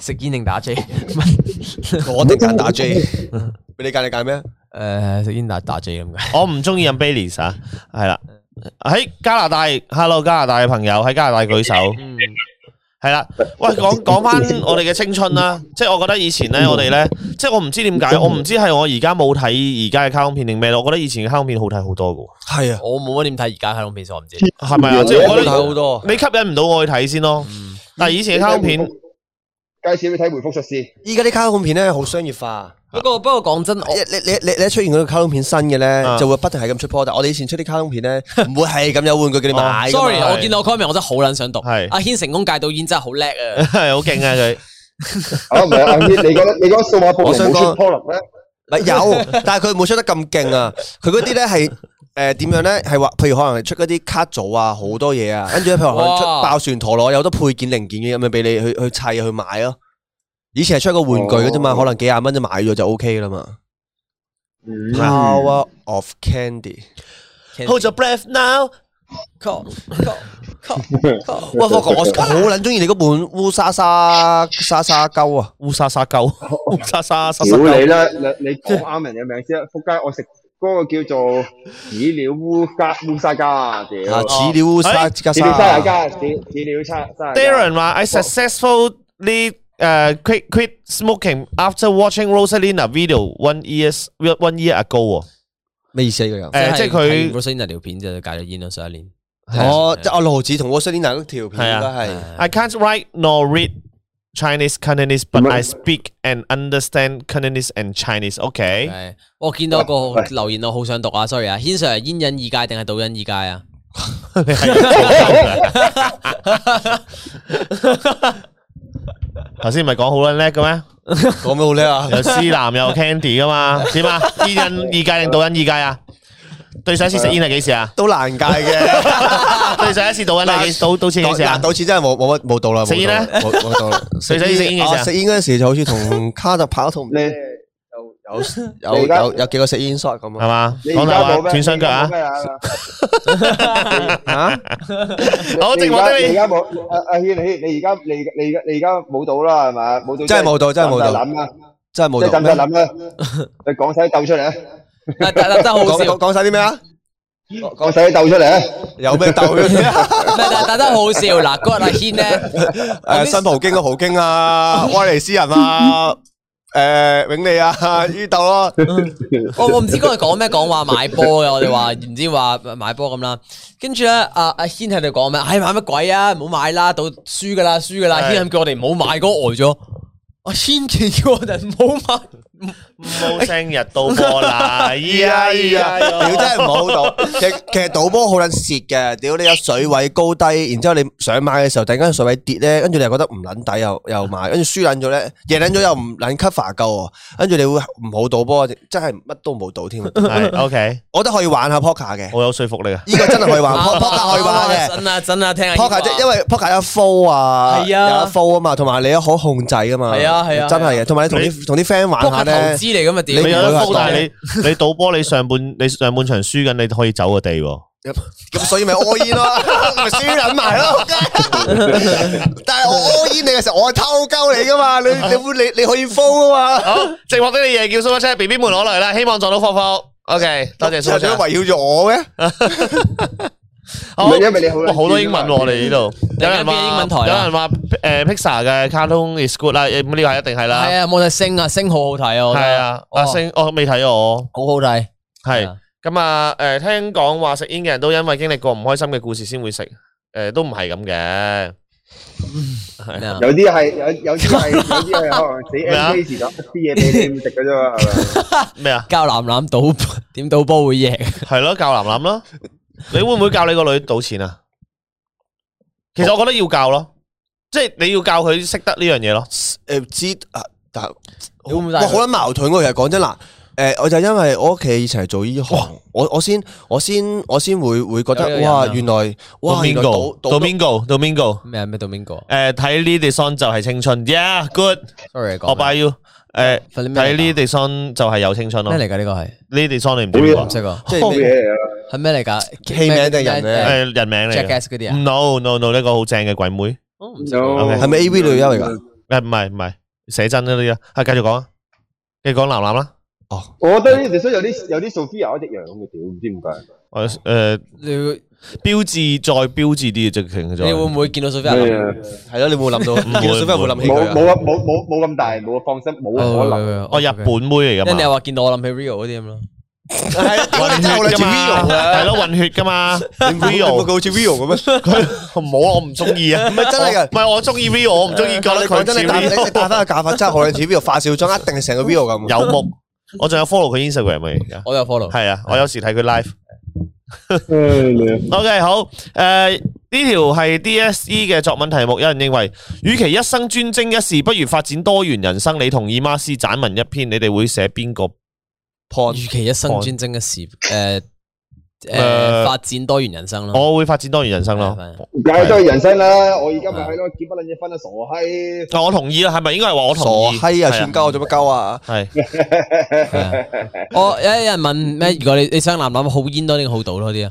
Speaker 2: 食煙定打 J？
Speaker 6: 我一定揀打 J，俾你揀你揀咩？啊
Speaker 2: 誒食煙打打 J 咁解。
Speaker 1: 我唔中意飲 Baileys 啊，係啦。喺加拿大，Hello 加拿大嘅朋友喺加拿大舉手。
Speaker 2: 嗯
Speaker 1: 系啦，喂，講講翻我哋嘅青春啦，即系我覺得以前咧，我哋咧，即系我唔知點解，我唔知係我而家冇睇而家嘅卡通片定咩咯，我覺得以前嘅卡通片好睇好多噶，
Speaker 6: 係 啊，
Speaker 2: 我冇乜點睇而家香港片，所以我唔知。
Speaker 1: 係咪啊？即系
Speaker 6: 我
Speaker 1: 我
Speaker 6: 覺
Speaker 1: 覺
Speaker 6: 得
Speaker 1: 得
Speaker 6: 好多。
Speaker 1: 你吸引唔到我去睇先咯。但係以前嘅卡通片
Speaker 4: 介紹你睇回覆術師，
Speaker 6: 依家啲卡通片咧好商業化，
Speaker 2: 不過不過講真，我
Speaker 6: 你你你你一出現嗰個卡通片新嘅咧
Speaker 1: 啊，
Speaker 6: 就會不停係咁出 product。我哋以前出啲卡通片咧，唔會係咁有玩具叫你買㗎嘛。
Speaker 2: sorry，我見到 comment 哎啊我真係好撚想讀。
Speaker 1: 係
Speaker 2: 阿軒成功戒到煙真係好叻 啊！
Speaker 1: 好勁啊佢。
Speaker 4: 啊，唔係阿軒，你覺得你覺得數碼暴龍
Speaker 6: 我想
Speaker 4: 冇出
Speaker 6: 講
Speaker 4: product 咧？
Speaker 6: 咪有，但係佢冇出得咁勁啊！佢嗰啲咧係 誒點樣咧？係話，譬如可能係出嗰啲卡組啊，好多嘢啊，跟住咧譬如可能出
Speaker 2: 哇
Speaker 6: 爆旋陀螺，有好多配件零件嘅咁樣俾你去去砌去買咯。以前係出一個玩具嘅啫嘛，
Speaker 4: 哦
Speaker 6: 可能幾廿蚊就買咗就 OK 啦嘛。
Speaker 4: 嗯
Speaker 6: Power of Candy，
Speaker 2: 嗯
Speaker 1: Hold your breath now。
Speaker 6: 哇！我我我好撚中意你嗰本烏沙沙沙沙鳩啊！
Speaker 1: 烏沙沙鳩，烏沙沙沙沙
Speaker 4: 屌
Speaker 1: 鳩。
Speaker 4: 你啦！你你講啱人嘅名先啦，仆街！我食嗰個叫做紙料烏加烏沙加啊，屌！
Speaker 6: 啊！始料沙加
Speaker 4: 紙料沙
Speaker 6: 沙
Speaker 4: 拉，加，紙紙料沙沙拉加。
Speaker 1: Darren 話：I successfully 誒 quit quit smoking after watching Rosalina video one years one year ago
Speaker 6: 咩意思啊？呢個人？
Speaker 1: 喎。誒，即係佢
Speaker 2: Rosanna 條片就戒咗煙咯，上一年。
Speaker 6: 哦，即係阿盧子同 w a s e l i n a 嗰條片
Speaker 1: 係啊
Speaker 6: 應該係。
Speaker 1: I can't write nor read Chinese Cantonese, but I speak and understand Cantonese and Chinese. OK，
Speaker 2: 係我見到個
Speaker 4: 喂
Speaker 2: 留言我好想讀啊，sorry 啊，軒 Sir 係煙癮二戒定係賭癮二戒啊？
Speaker 1: 頭先唔係講好撚叻嘅咩？
Speaker 6: 講咩好叻 啊？
Speaker 1: 有思南又有 Candy 噶嘛？點啊？煙癮二戒定賭癮二戒啊？對上一次食煙係幾時啊？
Speaker 6: 都難戒嘅，
Speaker 1: 對上一次賭癮係幾賭賭錢幾時
Speaker 6: 嗱
Speaker 1: 啊？
Speaker 6: 賭錢真係冇冇乜冇到啦。
Speaker 1: 食煙呢
Speaker 6: 咧，冇冇到 啦。
Speaker 1: 食煙食煙幾時啊
Speaker 6: 啊食煙嗰陣時就好似同卡特拍一套，
Speaker 4: 你
Speaker 6: 有
Speaker 4: 你
Speaker 6: 有
Speaker 4: 而家
Speaker 6: 有有幾個食煙 shot 咁
Speaker 1: 係
Speaker 6: 啊？
Speaker 1: 嘛？
Speaker 4: 你
Speaker 1: 講
Speaker 4: 而家
Speaker 1: 大話
Speaker 4: 冇咩
Speaker 1: 斷雙腳啊
Speaker 4: 你！而家冇咩啊
Speaker 6: 啊，
Speaker 1: 好，直
Speaker 4: 你
Speaker 1: 播
Speaker 4: 而家
Speaker 1: 得
Speaker 4: 你而
Speaker 1: 你。
Speaker 4: 家冇阿阿軒，你你而家你你你而家冇到啦，係咪？冇到
Speaker 6: 真係冇到真係冇到
Speaker 4: 諗啦，
Speaker 6: 真係
Speaker 4: 即
Speaker 6: 冇
Speaker 4: 係浸
Speaker 6: 到
Speaker 4: 晒。諗啦，你講晒啲鬥出嚟啊！
Speaker 2: 但但但真係好
Speaker 6: 講
Speaker 2: 笑
Speaker 6: 講，講晒啲咩啊？
Speaker 4: 講晒啲鬥出嚟啊！
Speaker 6: 有咩鬥 嘅？
Speaker 2: 唔係但但真係好笑。嗱，嗰日阿軒咧，
Speaker 6: 誒，新葡京嘅葡京啊，威尼斯人啊，誒，永利啊，呢啲鬥咯。
Speaker 2: 哦我我唔知嗰日講咩，講話買波嘅，我哋話唔知話買波咁啦。跟住咧，阿阿軒喺度講咩？唉，買乜鬼啊？唔好買啦，到輸噶啦，輸噶啦。
Speaker 1: 係
Speaker 2: 軒咁叫我哋唔好買，嗰個呆咗。阿軒竟然叫我哋唔好買。
Speaker 1: 冇生日到波啦！ 咿呀
Speaker 6: 哎
Speaker 1: 咿呀，
Speaker 6: 呀，屌真係唔好賭。 其實其實賭波好撚蝕嘅，屌你有水位高低，然之後你想買嘅時候，突然間水位跌咧，跟住你又覺得唔撚抵，又又買，跟住輸撚咗咧，贏撚咗又唔撚 cover 夠喎，跟住你會唔好賭波，真係乜都冇賭 添。啊
Speaker 1: 係 OK，
Speaker 6: 我覺得可以玩下 poker 嘅，
Speaker 1: 好有說服力啊！
Speaker 6: 呢個真係可 以玩 poker 可以玩嘅。
Speaker 2: 真啊真啊，聽下
Speaker 6: poker 即係因為 poker 有 fold 啊，有
Speaker 2: 係啊
Speaker 6: fold 啊嘛，同埋你可控制噶嘛，
Speaker 2: 係啊係啊
Speaker 6: 真係嘅，同埋你同啲同啲 friend 玩下
Speaker 2: poker 投
Speaker 6: 咧
Speaker 2: 資，啊嚟噶嘛？
Speaker 1: 你有
Speaker 2: 屌
Speaker 6: 唔會
Speaker 1: 得
Speaker 6: 話
Speaker 1: 高，但係你你賭波，你上半 你上半場輸緊，你可以走個地喎。
Speaker 6: 咁所以咪 all in 咯，咪輸撚埋咯。但係我 all in 你嘅時候，我係偷鳩你噶嘛，你你會你你可以 fold 噶嘛。
Speaker 1: 好，寂寞的你夜叫 Super Chat B B 們攞嚟啦，希望撞到霍霍。OK，多謝 Super
Speaker 6: 成日都
Speaker 1: Chat。
Speaker 6: 圍繞住我嘅，
Speaker 1: 好
Speaker 4: 唔係因為你好
Speaker 1: 哇好多英文喎，我哋呢度有人
Speaker 2: 突然間變英
Speaker 1: 話
Speaker 2: 文台啦
Speaker 1: 有人話誒 Pixar 嘅 cartoon is good 啦，咁呢個一定係啦
Speaker 2: 係。啊，冇睇星啊，星好好睇啊，我覺得
Speaker 1: 係，啊，
Speaker 2: 哦
Speaker 1: 阿星我未睇我
Speaker 2: 好好睇。
Speaker 1: 係
Speaker 2: 係啊。
Speaker 1: 咁啊，誒聽講話食煙嘅人都因為經歷過唔開心嘅故事先會食，誒都唔係咁嘅。
Speaker 2: 咩啊
Speaker 4: 有啲係有有啲係有啲係可能死
Speaker 1: 咩啊
Speaker 4: M K 時就啲嘢俾你咁食嘅啫嘛，係咪？
Speaker 1: 咩啊？
Speaker 2: 教男男賭 點賭波會贏？
Speaker 1: 系咯，教男男咯。 你會唔會教你個女賭錢啊？其實我覺得要教咯，即係你要教佢識得呢樣嘢咯。
Speaker 6: 誒知啊，但係
Speaker 2: 你會唔會
Speaker 6: 哇
Speaker 2: 帶佢
Speaker 6: 好撚矛盾喎。其實講真嗱，誒我就因為我屋企以前係做呢行，我我先我先我先會會
Speaker 2: 有呢個
Speaker 6: 覺得
Speaker 2: 人啊
Speaker 6: 哇，原來哇原來賭賭
Speaker 1: Domingo，Domingo，Domingo。
Speaker 2: 咩啊咩到邊個
Speaker 1: 诶，睇呢啲 song 就係青春，Yeah，good，
Speaker 2: ？sorry，講
Speaker 1: 我 buy you。诶，
Speaker 2: 快啲咩嚟㗎
Speaker 1: 哦睇呢啲 song 就係有青春咯。
Speaker 2: 咩
Speaker 1: 呢
Speaker 2: 嚟㗎？呢個係
Speaker 1: 啲 song 你唔知
Speaker 2: 唔
Speaker 1: 喎？
Speaker 2: 識啊，
Speaker 6: 即
Speaker 4: 好
Speaker 6: 係
Speaker 4: 嘢
Speaker 6: 咩
Speaker 4: 嚟啊！
Speaker 2: 係咩嚟㗎？
Speaker 6: 戲名定人咧
Speaker 1: 诶，人名嚟嘅。
Speaker 2: ？Jackass 嗰啲啊？
Speaker 1: No no no，呢個好正嘅鬼妹。
Speaker 2: 我唔識。
Speaker 4: No，
Speaker 6: 係咪 A V 女啊優嚟㗎？
Speaker 1: 诶，唔係唔係，寫真嗰啲啊。啊，繼續講啊，你講男男啦。
Speaker 4: 我覺得呢條須有啲有啲 Sophia 一隻樣嘅，屌唔知點解。
Speaker 1: 我诶，
Speaker 2: 你會
Speaker 1: 标志再標誌啲嘅直情
Speaker 2: 你會
Speaker 1: 咗。
Speaker 2: 唔會見到 Sophia？
Speaker 4: 啊？
Speaker 6: 係咯，你冇諗到，
Speaker 1: 會
Speaker 6: 見到小朋友冇諗起
Speaker 4: 冇
Speaker 6: 佢
Speaker 4: 冇
Speaker 6: 啊。
Speaker 4: 咁冇
Speaker 2: Oh,
Speaker 4: 冇冇咁大，冇放心，冇可能。
Speaker 1: 我日本妹嚟㗎
Speaker 2: 因
Speaker 1: 嘛
Speaker 2: 你。又話見到我諗起 Rio 嗰啲咁咯。
Speaker 6: 啊
Speaker 1: 混血噶嘛，係咯混血噶嘛，Rio
Speaker 6: 好似 Rio 咁樣，
Speaker 1: 唔好，我唔中意啊，唔
Speaker 6: 係真係㗎
Speaker 1: 唔係我中意 Rio，我唔中意覺
Speaker 6: 但
Speaker 1: 得
Speaker 6: 你
Speaker 1: 佢
Speaker 6: 講
Speaker 1: 似
Speaker 6: 真，你戴
Speaker 1: Rio
Speaker 6: 你戴翻個假髮真係好撚似 Rio，化少妝一定係成個 Rio 咁。
Speaker 1: 有目，我仲有 follow 佢 Instagram 嘅而家，
Speaker 2: 我都有 follow。
Speaker 1: 係啊，我有時睇佢 live。
Speaker 4: 唉你啊
Speaker 1: OK，好，诶、呢條係 DSE 嘅作文題目，有人認為，與其一生專精一事，不如發展多元人生。你同意嗎？是撰文一篇，你哋會寫邊個 point？
Speaker 2: 預期一生專精 嘅事，诶诶，
Speaker 1: 誒
Speaker 2: Eh, 发展多元人生咯。
Speaker 1: 我會發展多元人生咯。
Speaker 2: 嗯係
Speaker 4: 梗係都係人生啦！我而家咪係咯，結不撚嘢分啊，傻閪！
Speaker 1: 啊我同意啦，係咪應該係話我
Speaker 6: 傻
Speaker 1: 同意？
Speaker 6: 閪啊！串鳩我做乜 鳩啊？
Speaker 1: 系
Speaker 2: 係啊我有有人問咩？如果你你想男男好煙多定好賭多啲啊？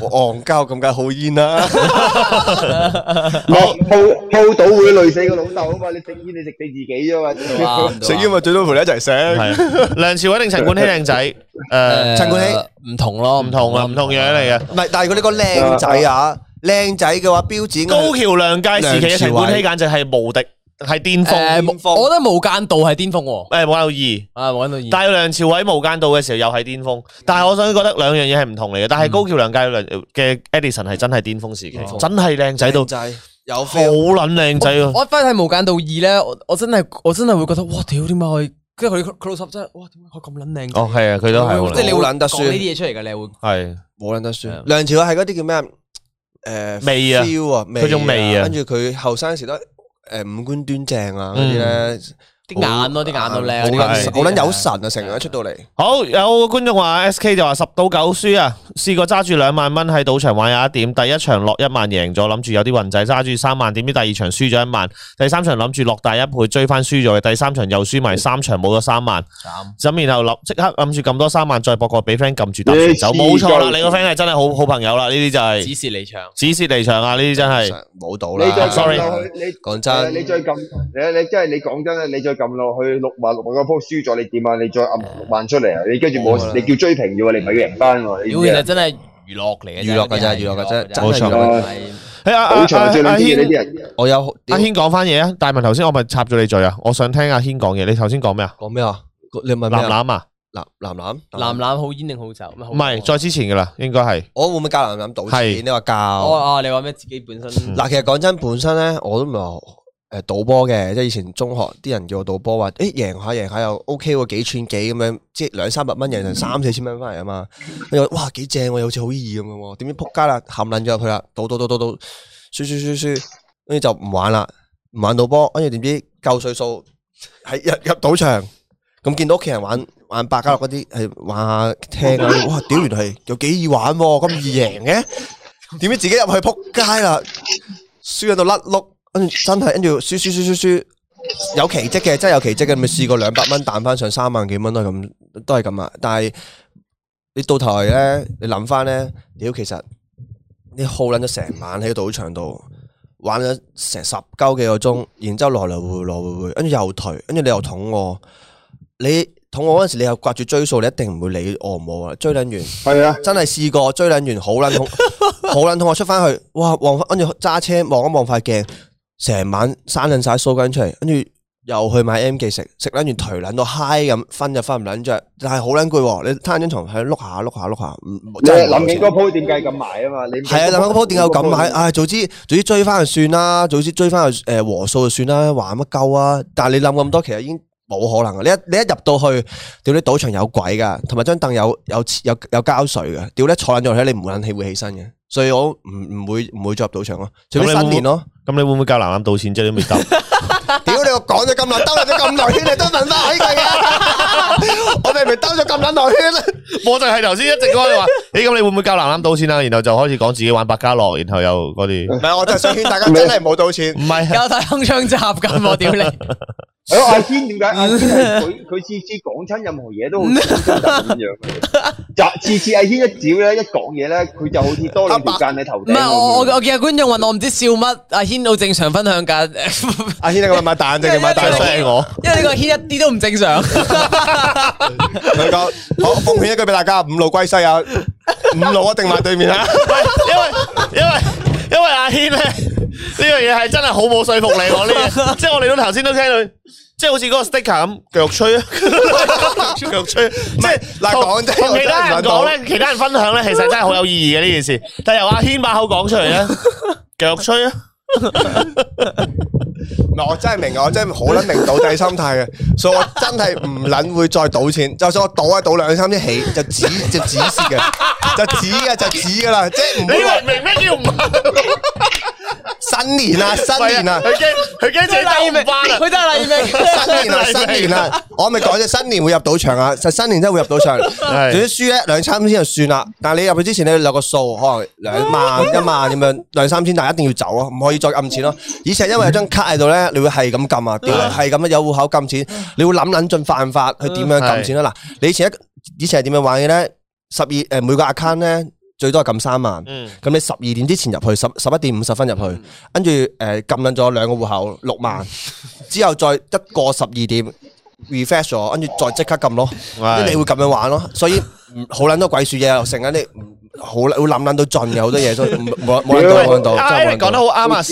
Speaker 6: 我戇鳩咁梗係 好煙啦。
Speaker 4: 唔係鋪鋪到會累死個老豆啊嘛！你食煙你食你自己啫嘛！
Speaker 2: 啊
Speaker 6: 食煙咪最多陪你一齊食。
Speaker 1: 系梁朝偉定陳冠希靚仔？诶，
Speaker 2: 誒
Speaker 6: 陳冠希
Speaker 2: 唔同咯，
Speaker 1: 唔同啊，唔同樣嚟嘅。
Speaker 6: 唔係，但係如果你個靚仔啊，靚仔嘅話標準
Speaker 1: 高橋良介時期嘅陳冠希簡直係無敵，係巔
Speaker 2: 誒
Speaker 1: 峰。
Speaker 2: 我覺得無間道係巔峰喎，
Speaker 1: 诶，冇有二。
Speaker 2: 啊揾到二
Speaker 1: 啊但係梁朝偉無間道嘅時候又係巔峰，但係我想覺得兩樣嘢係唔同嚟嘅。但係高橋良介嘅 Edison 係真係巔峰時期，真係靚仔到
Speaker 6: 仔有
Speaker 1: 好撚靚仔啊！
Speaker 2: 我翻睇無間道二咧，我我真係我真係會覺得，哇屌點解可以？跟住佢 close up 真係，哇點解佢咁撚靚？
Speaker 1: 哦，係啊，佢都係好
Speaker 2: 即係
Speaker 1: 靚，
Speaker 2: 你會
Speaker 6: 好撚特殊
Speaker 2: 講呢啲嘢出嚟嘅，你會
Speaker 1: 係
Speaker 6: 冇撚得算。梁朝偉係嗰啲叫咩啊？誒
Speaker 1: 味啊
Speaker 6: feel 啊，
Speaker 1: 佢種味啊
Speaker 6: 跟住佢後生時都誒五官端正啊，嗰啲咧
Speaker 2: 啲眼咯，啲眼都靚，
Speaker 6: 好
Speaker 2: 啲眼
Speaker 6: 撚
Speaker 2: 都
Speaker 6: 好撚
Speaker 2: 靚
Speaker 6: 有神啊！成日一出到嚟，
Speaker 1: 好有個觀眾話 S K 就話十賭九輸啊，試過揸住兩萬蚊喺賭場玩有一點，第一場落一萬贏咗，諗住有啲運仔揸住三萬，點知第二場輸咗一萬，第三場諗住落大一倍追翻輸咗嘅，第三場又輸埋，三場冇咗三萬。
Speaker 2: 慘
Speaker 1: 咁然後諗即刻諗住撳多三萬，再博個俾 friend 撳住搭船走，
Speaker 4: 你
Speaker 1: 冇錯啦！
Speaker 4: 黐
Speaker 1: 你個 friend 係真係好好朋友啦，呢啲就係
Speaker 2: 只是離場。
Speaker 1: 指示離場啊！呢啲真係
Speaker 6: 冇到
Speaker 4: 你
Speaker 6: 啦。
Speaker 4: 再撳
Speaker 1: sorry
Speaker 4: 落去，你
Speaker 6: 講
Speaker 4: 誒
Speaker 6: 真，
Speaker 4: 你再撳，你你真係你講真咧，你再撳落去六萬六萬嗰鋪輸咗，你點啊？你再撳六萬出嚟啊！你跟住
Speaker 6: 冇啦
Speaker 4: 冇，你叫追平啫喎，你唔係要贏翻喎。你知
Speaker 2: 屌，
Speaker 4: 唔
Speaker 2: 其
Speaker 4: 知
Speaker 2: 實
Speaker 4: 啊
Speaker 2: 真係娛樂嚟嘅，
Speaker 6: 娛樂㗎啫娛樂㗎啫
Speaker 2: 冇
Speaker 1: 真係
Speaker 4: 娛樂
Speaker 1: 哎呀阿
Speaker 4: 好彩
Speaker 1: 阿
Speaker 4: 我最
Speaker 2: 啊
Speaker 1: 阿
Speaker 4: 撚中意呢啲
Speaker 1: 軒
Speaker 4: 人。
Speaker 6: 我有
Speaker 1: 阿軒講翻嘢啊！大文頭先我咪插咗你嘴啊！我想聽阿軒講嘢，你頭先講咩啊？
Speaker 6: 講咩啊？你問
Speaker 1: 藍
Speaker 6: 咩啊？
Speaker 1: 藍啊，
Speaker 6: 男男男
Speaker 2: 男男好煙定好酒？唔
Speaker 1: 唔係再之前噶啦，應該係
Speaker 6: 我會唔會教男男賭
Speaker 1: 係
Speaker 6: 錢？你話教
Speaker 2: 哦？哦，你話咩？自己本身
Speaker 6: 嗱，其實講真，本身咧我都唔係話誒賭波嘅，即係以前中學啲人叫我賭波，話誒贏下贏下又 OK 喎，幾串幾咁樣，即係兩三百蚊贏成三四千蚊翻嚟啊嘛。你話哇幾正喎，又好似好易咁樣喎，點知撲街啦，冚撚咗入去啦，賭賭賭賭賭，輸輸輸輸，跟住就唔玩啦，唔玩賭波，跟住點知夠歲數喺入入賭場。咁見到屋企人玩玩百家樂嗰啲，係玩下聽啊！哇，屌原來係有幾易玩喎，咁易贏嘅，點知自己入去撲街啦，輸喺度甩碌，跟住真係跟住輸輸輸輸輸，有奇蹟嘅，真係有奇蹟嘅，咪試過兩百蚊彈翻上三萬幾蚊都係咁，都係咁啊！但係你到頭嚟咧，你諗翻咧，屌其實你耗撚咗成晚喺個賭場度。玩咗成十鳩幾個鐘，然之後來來回回來回回，跟住又頹，跟住你又捅我，你捅我嗰陣時，你又掛住追數，你一定唔會理我唔好啊！追撚完。
Speaker 4: 係啊，
Speaker 6: 真係試過追撚完好撚痛，好撚痛！我出翻去，哇望翻，跟住揸車望一望塊鏡，成晚生撚晒鬚根出嚟，跟住又去買 M 記食，食撚完頹撚到嗨咁，瞓就瞓唔撚着，但係好撚攰喎！你攤張床喺度碌下碌下碌下，唔
Speaker 4: 你
Speaker 6: 真係
Speaker 4: 諗
Speaker 6: 冇
Speaker 4: 緊
Speaker 6: 錢
Speaker 4: 嗰鋪點解咁埋啊嘛？你
Speaker 6: 係啊，但係嗰鋪點解要咁買？唉，早知早知追翻就算啦，早知追翻就誒和數就算啦，玩乜鳩啊？但係你諗咁多，其實已經冇可能嘅。你一你一入到去，屌你賭場有鬼噶，同埋張凳有有有有膠水嘅，屌你坐撚咗喺你唔會撚氣會起身嘅，所以我唔唔會唔會再入賭場咯，除非
Speaker 1: 咁你會
Speaker 6: 新年咯。
Speaker 1: 咁，你會唔會教藍藍道歉啫？你都未 答，
Speaker 6: 屌你，我講咗咁耐，兜咗咁耐圈，你都問翻我呢句嘅， 我明明兜咗咁撚耐圈啦。
Speaker 1: 我就係頭先一直講你話，咦咁你會唔會教藍藍道歉啊？然後就開始講自己玩百家樂，然後又嗰啲
Speaker 6: 唔係，我就想勸大家真係冇賭錢。
Speaker 1: 唔係
Speaker 2: 交太空槍閘咁，我屌你！
Speaker 4: 係咯，阿軒點解阿軒係佢佢次次講親任何嘢都好似真真咁樣嘅，就次次阿軒一屌咧一講嘢咧，佢就好似多兩條間喺頭頂
Speaker 2: 唔
Speaker 4: 咁樣。
Speaker 2: 係我我我見有觀眾問我唔知笑乜，阿軒好正常分享㗎，
Speaker 6: 阿軒，你個買蛋定係買
Speaker 1: 大
Speaker 6: 蛋
Speaker 2: 因為
Speaker 6: 水？
Speaker 1: 聲我，
Speaker 2: 因為呢個軒一啲都唔正常。
Speaker 6: 佢講， 我奉勸一句俾大家，五路歸西啊，五路一定埋對 面啊！
Speaker 1: 因為因為因 為阿軒咧呢樣嘢係真係好冇說服力，我呢嘢，即係我哋都頭先都聽到。即係好似嗰個 sticker 咁，腳 吹啊，腳吹，即係
Speaker 6: 嗱
Speaker 1: 同
Speaker 6: 講真
Speaker 1: 同
Speaker 6: 我
Speaker 1: 其他人
Speaker 6: 真係揾到
Speaker 1: 講咧，其他人分享咧，其實真係好有意義嘅呢件事。但係由阿軒把口講出 嚟咧，腳吹啊，
Speaker 6: 嗱，我真係明啊，我真係好撚明賭底心態嘅，所以我真係唔撚會再賭錢。就算我賭啊，賭兩三千起就止就止蝕嘅，就止嘅就止噶啦，即係唔
Speaker 1: 你
Speaker 6: 會話
Speaker 1: 明唔明咩叫唔係
Speaker 6: 新年啊，新年啊
Speaker 1: 啊？。佢驚佢驚自己兜唔啊翻啊！
Speaker 2: 佢真系黎明。
Speaker 6: 新 年啦，新年啦，我咪講啫，新年會入到場啊，實新年真係會入到場。總之輸咧兩三千就算啦，但係你入去之前你要留個數，可能兩萬、一萬咁樣，兩三千，但係一定要走咯，唔可以再撳錢咯。以前因為有張卡喺度咧，你會係咁撳啊，屌係咁樣有户口撳錢，你會諗諗盡辦法去點樣撳錢啦。啊嗱，你以前一以前係點樣玩嘅咧？十二誒每個 account 咧最多係撳三萬。
Speaker 1: 嗯，
Speaker 6: 咁你十二點之前入去，十十一點五十分入去，跟住誒撳撚咗兩個户口六萬，之後再一過十二點 refresh 咗，跟住再即刻撳咯，
Speaker 1: 係
Speaker 6: 你會咁樣玩咯，所以唔好撚多鬼鼠嘢又成啊！你唔好撚會諗撚到盡嘅好多嘢，所以唔冇冇撚到冇撚到，
Speaker 1: 阿
Speaker 6: 真係
Speaker 1: Eric
Speaker 6: 冇撚
Speaker 1: 講得
Speaker 6: 到。
Speaker 1: 好啱啊！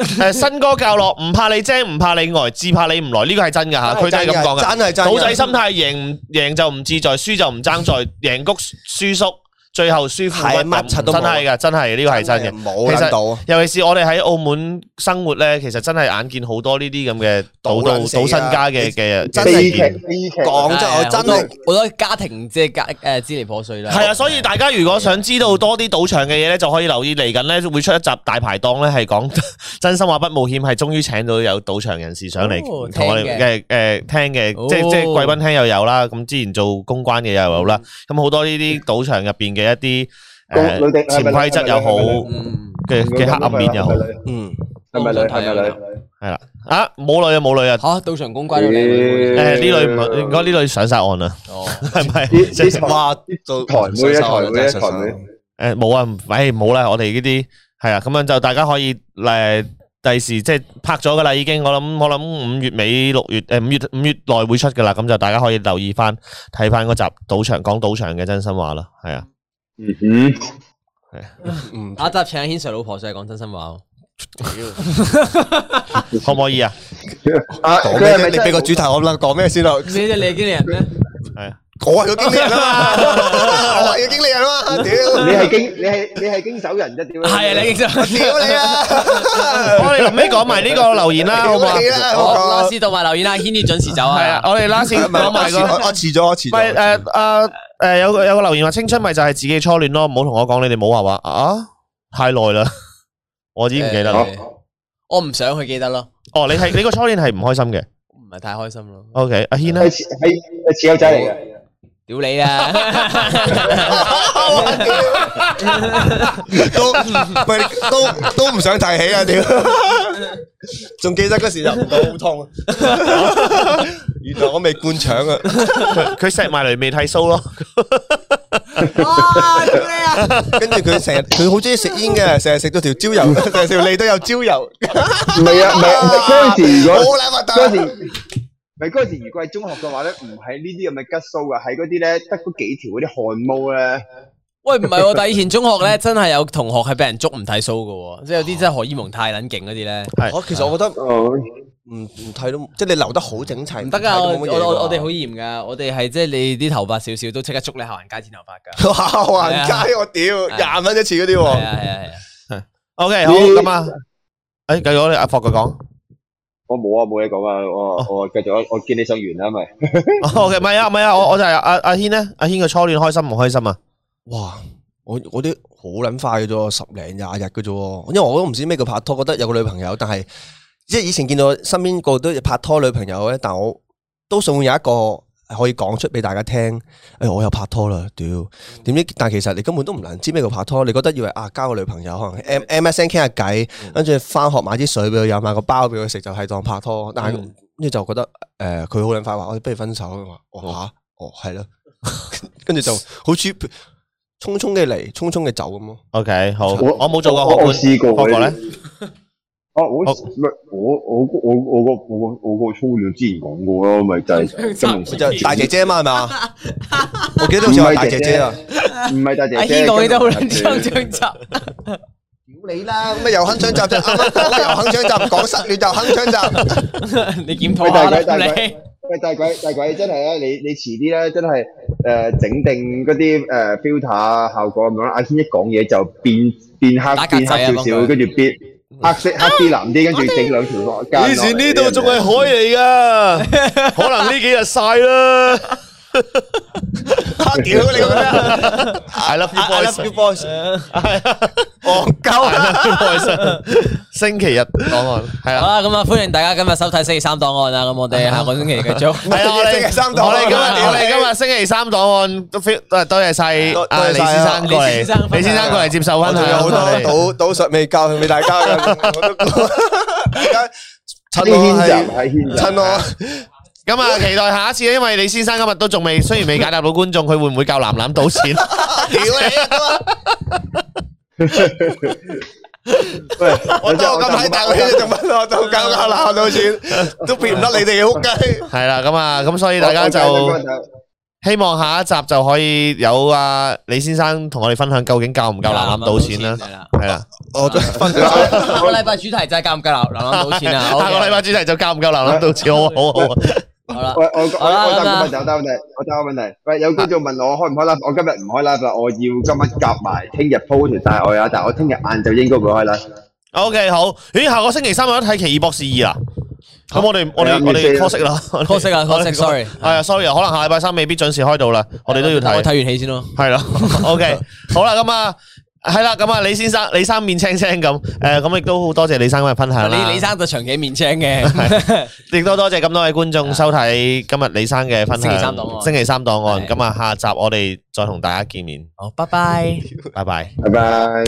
Speaker 1: 誒，新歌教落，唔怕你精，唔怕你呆，只怕你唔來。呢個係真㗎嚇，佢真係咁講㗎。
Speaker 6: 真係真嘅
Speaker 1: 賭仔心態，贏唔贏就唔自在，輸就唔爭在，贏谷輸縮，最後輸負
Speaker 6: 係乜柒都冇
Speaker 1: 真係㗎，真係呢個係真嘅。
Speaker 6: 冇撚到。
Speaker 1: 尤其是我哋喺澳門生活咧，其實真係眼見好多呢啲咁嘅賭到
Speaker 6: 賭撚死啊
Speaker 1: 賭身家嘅嘅嘅事
Speaker 6: 真係
Speaker 4: 悲
Speaker 6: 見
Speaker 1: 件
Speaker 4: 劇悲劇，
Speaker 6: 講真，我真係
Speaker 2: 啊好多好多家庭即系家诶支离破碎啦。
Speaker 1: 係啊，所以大家如果想知道多啲賭場嘅嘢咧，就可以留意嚟緊咧會出一集大排檔咧，係講真心話不冒險，係終於請到有賭場人士上嚟
Speaker 2: 哦
Speaker 1: 同我哋
Speaker 2: 聽
Speaker 1: 嘅誒聽嘅，
Speaker 2: 哦
Speaker 1: 即係即係貴賓廳又有啦，咁之前做公關嘅又有啦，咁好多呢啲賭場入邊嘅一
Speaker 4: 公
Speaker 1: 啲
Speaker 4: 女
Speaker 1: 誒
Speaker 4: 定係
Speaker 1: 潛
Speaker 4: 咪
Speaker 1: 規則又好
Speaker 4: 係咪女
Speaker 2: 嗯，
Speaker 1: 嘅嘅黑暗面又好，
Speaker 6: 嗯，
Speaker 4: 係咪女？係咪女？係咪女？
Speaker 1: 係啦，啊冇女啊冇女啊，
Speaker 2: 吓赌場公關都
Speaker 1: 誒
Speaker 2: 靚
Speaker 4: 咦
Speaker 2: 女
Speaker 1: 呢類唔係應該呢類上殺案啊，
Speaker 2: 哦，
Speaker 1: 係咪？
Speaker 4: 啲啲台
Speaker 6: 哇，做
Speaker 4: 台妹啊，台妹啊，台妹。
Speaker 1: 诶，冇啊，唔唉，冇啦，我哋呢啲系啊，咁样就大家可以诶，第時即係拍咗噶啦，已經我諗我諗五月尾六月诶五月五月內會出噶啦，咁就大家可以留意翻睇翻嗰集賭場講賭場嘅真心話啦，係啊，
Speaker 4: 嗯哼，
Speaker 6: 嗯，
Speaker 2: 下一集啊請阿軒 Sir 老婆上嚟講真心話喎。
Speaker 1: 可唔可以啊？
Speaker 4: 啊，
Speaker 6: 講
Speaker 4: 佢
Speaker 6: 咩
Speaker 4: 係
Speaker 6: 啫
Speaker 4: 咪
Speaker 6: 你
Speaker 4: 真
Speaker 6: 俾個
Speaker 4: 係
Speaker 6: 主題我諗講咩先啦？
Speaker 2: 你哋你係經理人咩？
Speaker 6: 我係個經理人啊嘛，我係個經理人啊嘛，屌！
Speaker 4: 你係經你係你係經手人啫？點
Speaker 2: 係啊，你經常。
Speaker 6: 屌 你啊！
Speaker 1: 我哋臨尾講埋呢個留言啦，好唔好啊？
Speaker 6: 屌你啦！
Speaker 2: 好，
Speaker 6: 我
Speaker 2: 老師讀埋留言啦，軒啲準時走啊。
Speaker 1: 係啊，，我哋 last
Speaker 6: 講唔係
Speaker 1: 講埋
Speaker 6: 我遲
Speaker 1: 個。
Speaker 6: 我我遲咗，我遲
Speaker 1: 唔係
Speaker 6: 咗。
Speaker 1: 誒誒誒有個有個留言話青春咪就係自己初戀咯，唔好同我講你哋冇話話啊，太耐啦， 我已經唔記得啦。
Speaker 2: 誒我唔想佢記得咯，
Speaker 1: 哦，你係你個初戀係唔開心嘅
Speaker 2: 唔係太開心咯。
Speaker 1: ，OK，阿軒咧
Speaker 4: 係。似係係似友仔嚟嘅。
Speaker 2: 屌你啦！
Speaker 6: 都唔係都都唔想提起啊！屌，仲記得嗰時入唔到好痛啊，原來我未灌腸啊！
Speaker 1: 佢錫埋嚟未剃須咯，
Speaker 2: 哇！屌你啊！
Speaker 6: 跟住佢成日佢好中意食煙嘅，成日食到條蕉油，成條脷都有蕉油。
Speaker 4: 唔係啊，唔係唔係嗰陣時，如
Speaker 6: 好
Speaker 4: 果
Speaker 6: 撚核
Speaker 4: 嗰陣
Speaker 6: 突啊。
Speaker 4: 時。唔係嗰陣時，如果係中學嘅話咧，唔係呢啲咁嘅吉須嘅，係嗰啲咧得嗰幾條嗰啲汗毛咧。
Speaker 2: 喂，唔係喎，但係以前中學咧， 真係有同學係俾人捉唔剃須嘅喎，即係有啲真係荷爾蒙太撚勁嗰啲 咧，
Speaker 6: 我其實我覺得
Speaker 4: 哦，
Speaker 6: 唔唔剃都即係你留得好整齊，
Speaker 2: 唔得
Speaker 6: 剃
Speaker 2: 噶，
Speaker 6: 都
Speaker 2: 我
Speaker 6: 冇乜嘢㗎
Speaker 2: 我我我哋好嚴噶，我哋係即係你啲頭髮少少都即刻捉你行人街剪頭髮㗎。
Speaker 6: 哇！還街我屌
Speaker 2: 係啊
Speaker 6: 廿蚊一次嗰啲
Speaker 2: 係
Speaker 6: 喎，
Speaker 2: 啊係啊係啊！
Speaker 1: OK，好咁啊。诶，继续我哋阿霍佢讲。
Speaker 4: 我冇啊，冇嘢講啊，我我繼續啊，我見你想完啦，咪
Speaker 1: OK，唔系啊，唔系啊，我我就系阿阿轩咧，阿轩嘅初恋开心唔开心啊？
Speaker 6: 哇！我我啲好撚快嘅啫，十零廿日嘅啫喎，因為我都唔知咩叫拍拖，覺得有個女朋友，但係即係以前見到身邊個都拍拖女朋友咧，但我都想有一個係可以講出俾大家聽，誒、我又拍拖啦，屌！點知？但係其實你根本都唔能知咩叫拍拖，你覺得以為啊交個女朋友可能 M M S N 傾下偈，跟住翻學買啲水俾佢飲，買個包俾佢食，就係當拍拖。但係跟住就覺得誒佢好撚快話，我哋不如分手啊嘛！我話嚇，哦係啦， 跟住就好似匆匆嘅嚟，匆匆嘅走咁咯。
Speaker 1: OK，好，
Speaker 4: 我
Speaker 1: 我冇做过
Speaker 4: 我
Speaker 1: 學
Speaker 4: 我試過
Speaker 1: 霍
Speaker 4: 嗰
Speaker 1: 哥咧
Speaker 4: 啲，哦，我
Speaker 1: 好
Speaker 4: 唔係我我我我個我個我個粗料之前講過咯，咪就係金融
Speaker 6: 就係大姐姐啊嘛，係咪啊？我記得好似話大姐姐啊，
Speaker 4: 唔係大姐
Speaker 2: 阿軒
Speaker 4: 姐，
Speaker 2: 講起都好撚
Speaker 4: 金融
Speaker 2: 張
Speaker 4: 大姐
Speaker 2: 張集，
Speaker 6: 屌你啦，咁啊又铿锵集就啱啱講又铿锵集，講失戀就铿锵集，
Speaker 2: 你檢討
Speaker 4: 喂，
Speaker 2: 下
Speaker 4: 大
Speaker 2: 啦
Speaker 4: 鬼，大
Speaker 2: 你
Speaker 4: 鬼，喂，大鬼，大鬼，真係咧，你你遲啲咧，真係誒整定嗰啲誒 ờ, filter 啊效果咁樣啦。阿軒一講嘢就變變黑
Speaker 2: 打格
Speaker 4: 變
Speaker 2: 仔
Speaker 4: 黑
Speaker 2: 啊
Speaker 4: 少少，跟住變黑色黑啲藍啲，跟住整兩條落街。
Speaker 1: 以前呢度仲係海嚟噶， 可能呢幾日晒啦。
Speaker 6: 啊屌你咁樣
Speaker 1: I love you
Speaker 2: 啊
Speaker 6: I love
Speaker 1: boys，
Speaker 6: you boys，戇鳩，
Speaker 1: 星期日檔案係
Speaker 2: 好
Speaker 1: 啦，
Speaker 2: 啦，咁啊，歡迎大家今日收睇星期三檔案啦。啊咁我哋下個星期繼續。
Speaker 1: 係啊，我哋
Speaker 6: 星期三檔案
Speaker 1: 我哋今日
Speaker 2: 啊
Speaker 1: 我哋今日星期三檔案都非都係多謝晒
Speaker 6: 多
Speaker 1: 阿
Speaker 6: 多謝
Speaker 1: 李
Speaker 6: 晒啊
Speaker 1: 先生過
Speaker 2: 李先
Speaker 1: 嚟
Speaker 2: 生，
Speaker 1: 李先生過嚟接受
Speaker 6: 我
Speaker 1: 分
Speaker 6: 仲有
Speaker 1: 享，
Speaker 6: 好
Speaker 1: 我哋
Speaker 6: 多賭賭術未教俾大家嘅，我都大家趁
Speaker 4: 啲
Speaker 6: 我
Speaker 4: 軒
Speaker 6: 係
Speaker 4: 集喺軒集。
Speaker 6: 趁我。
Speaker 1: 咁啊，期待下一次，因為李先生今日都仲未，雖然未解答到觀眾，佢會唔會教男男賭錢？
Speaker 6: 屌你啊！
Speaker 4: 喂，
Speaker 6: 我當我咁閪大個圈，你仲問我到搞搞鬧到錢，都變唔得你哋嘅仆街。
Speaker 1: 係啦，咁啊，咁所以大家就希望下一集就可以有啊李先生同我哋分享究竟教唔教男男賭錢啦，
Speaker 2: 係啦。
Speaker 1: 係啦，
Speaker 6: 我 都分享
Speaker 2: 下個禮拜主題就係教唔教男男賭錢啊。
Speaker 1: 下個禮拜主題就教唔教男男賭錢，好啊好啊好啊。
Speaker 2: 好啦
Speaker 4: 我。我我我
Speaker 2: 好啦咁啊
Speaker 4: 答個問題，我答個問題，我答個問題。喂，有觀眾問我開唔開 live，我今日唔開 live 啦，我要今晚夾埋聽日 po 條大愛啊，但係我聽日晏晝應該會開 live。
Speaker 1: O K，好，咦，下個星期三有得睇《奇異博士二》啦，咁我哋我
Speaker 4: 係啊
Speaker 1: 哋我哋
Speaker 4: 要
Speaker 1: call 息啦
Speaker 2: 可惜啊，可惜，sorry。
Speaker 1: 係啊，sorry，啊可能下禮拜三未必準時開到啦，我哋都要
Speaker 2: 我
Speaker 1: 睇
Speaker 2: 睇，完戲先咯。
Speaker 1: 係 啦，O K，好啦，咁啊，係啦，咁啊，李先生， 李生面青青咁，誒，咁亦都好多謝李生嘅分享啦，
Speaker 2: 李李生就長期面青嘅，
Speaker 1: 亦都多謝咁多位觀眾收睇今日李生嘅分享，
Speaker 2: 星期三檔案
Speaker 1: 星期三檔案，
Speaker 2: 係
Speaker 1: 咁啊，下集我哋再同大家見面，
Speaker 2: 好，拜拜。
Speaker 1: 拜拜。
Speaker 4: 拜拜。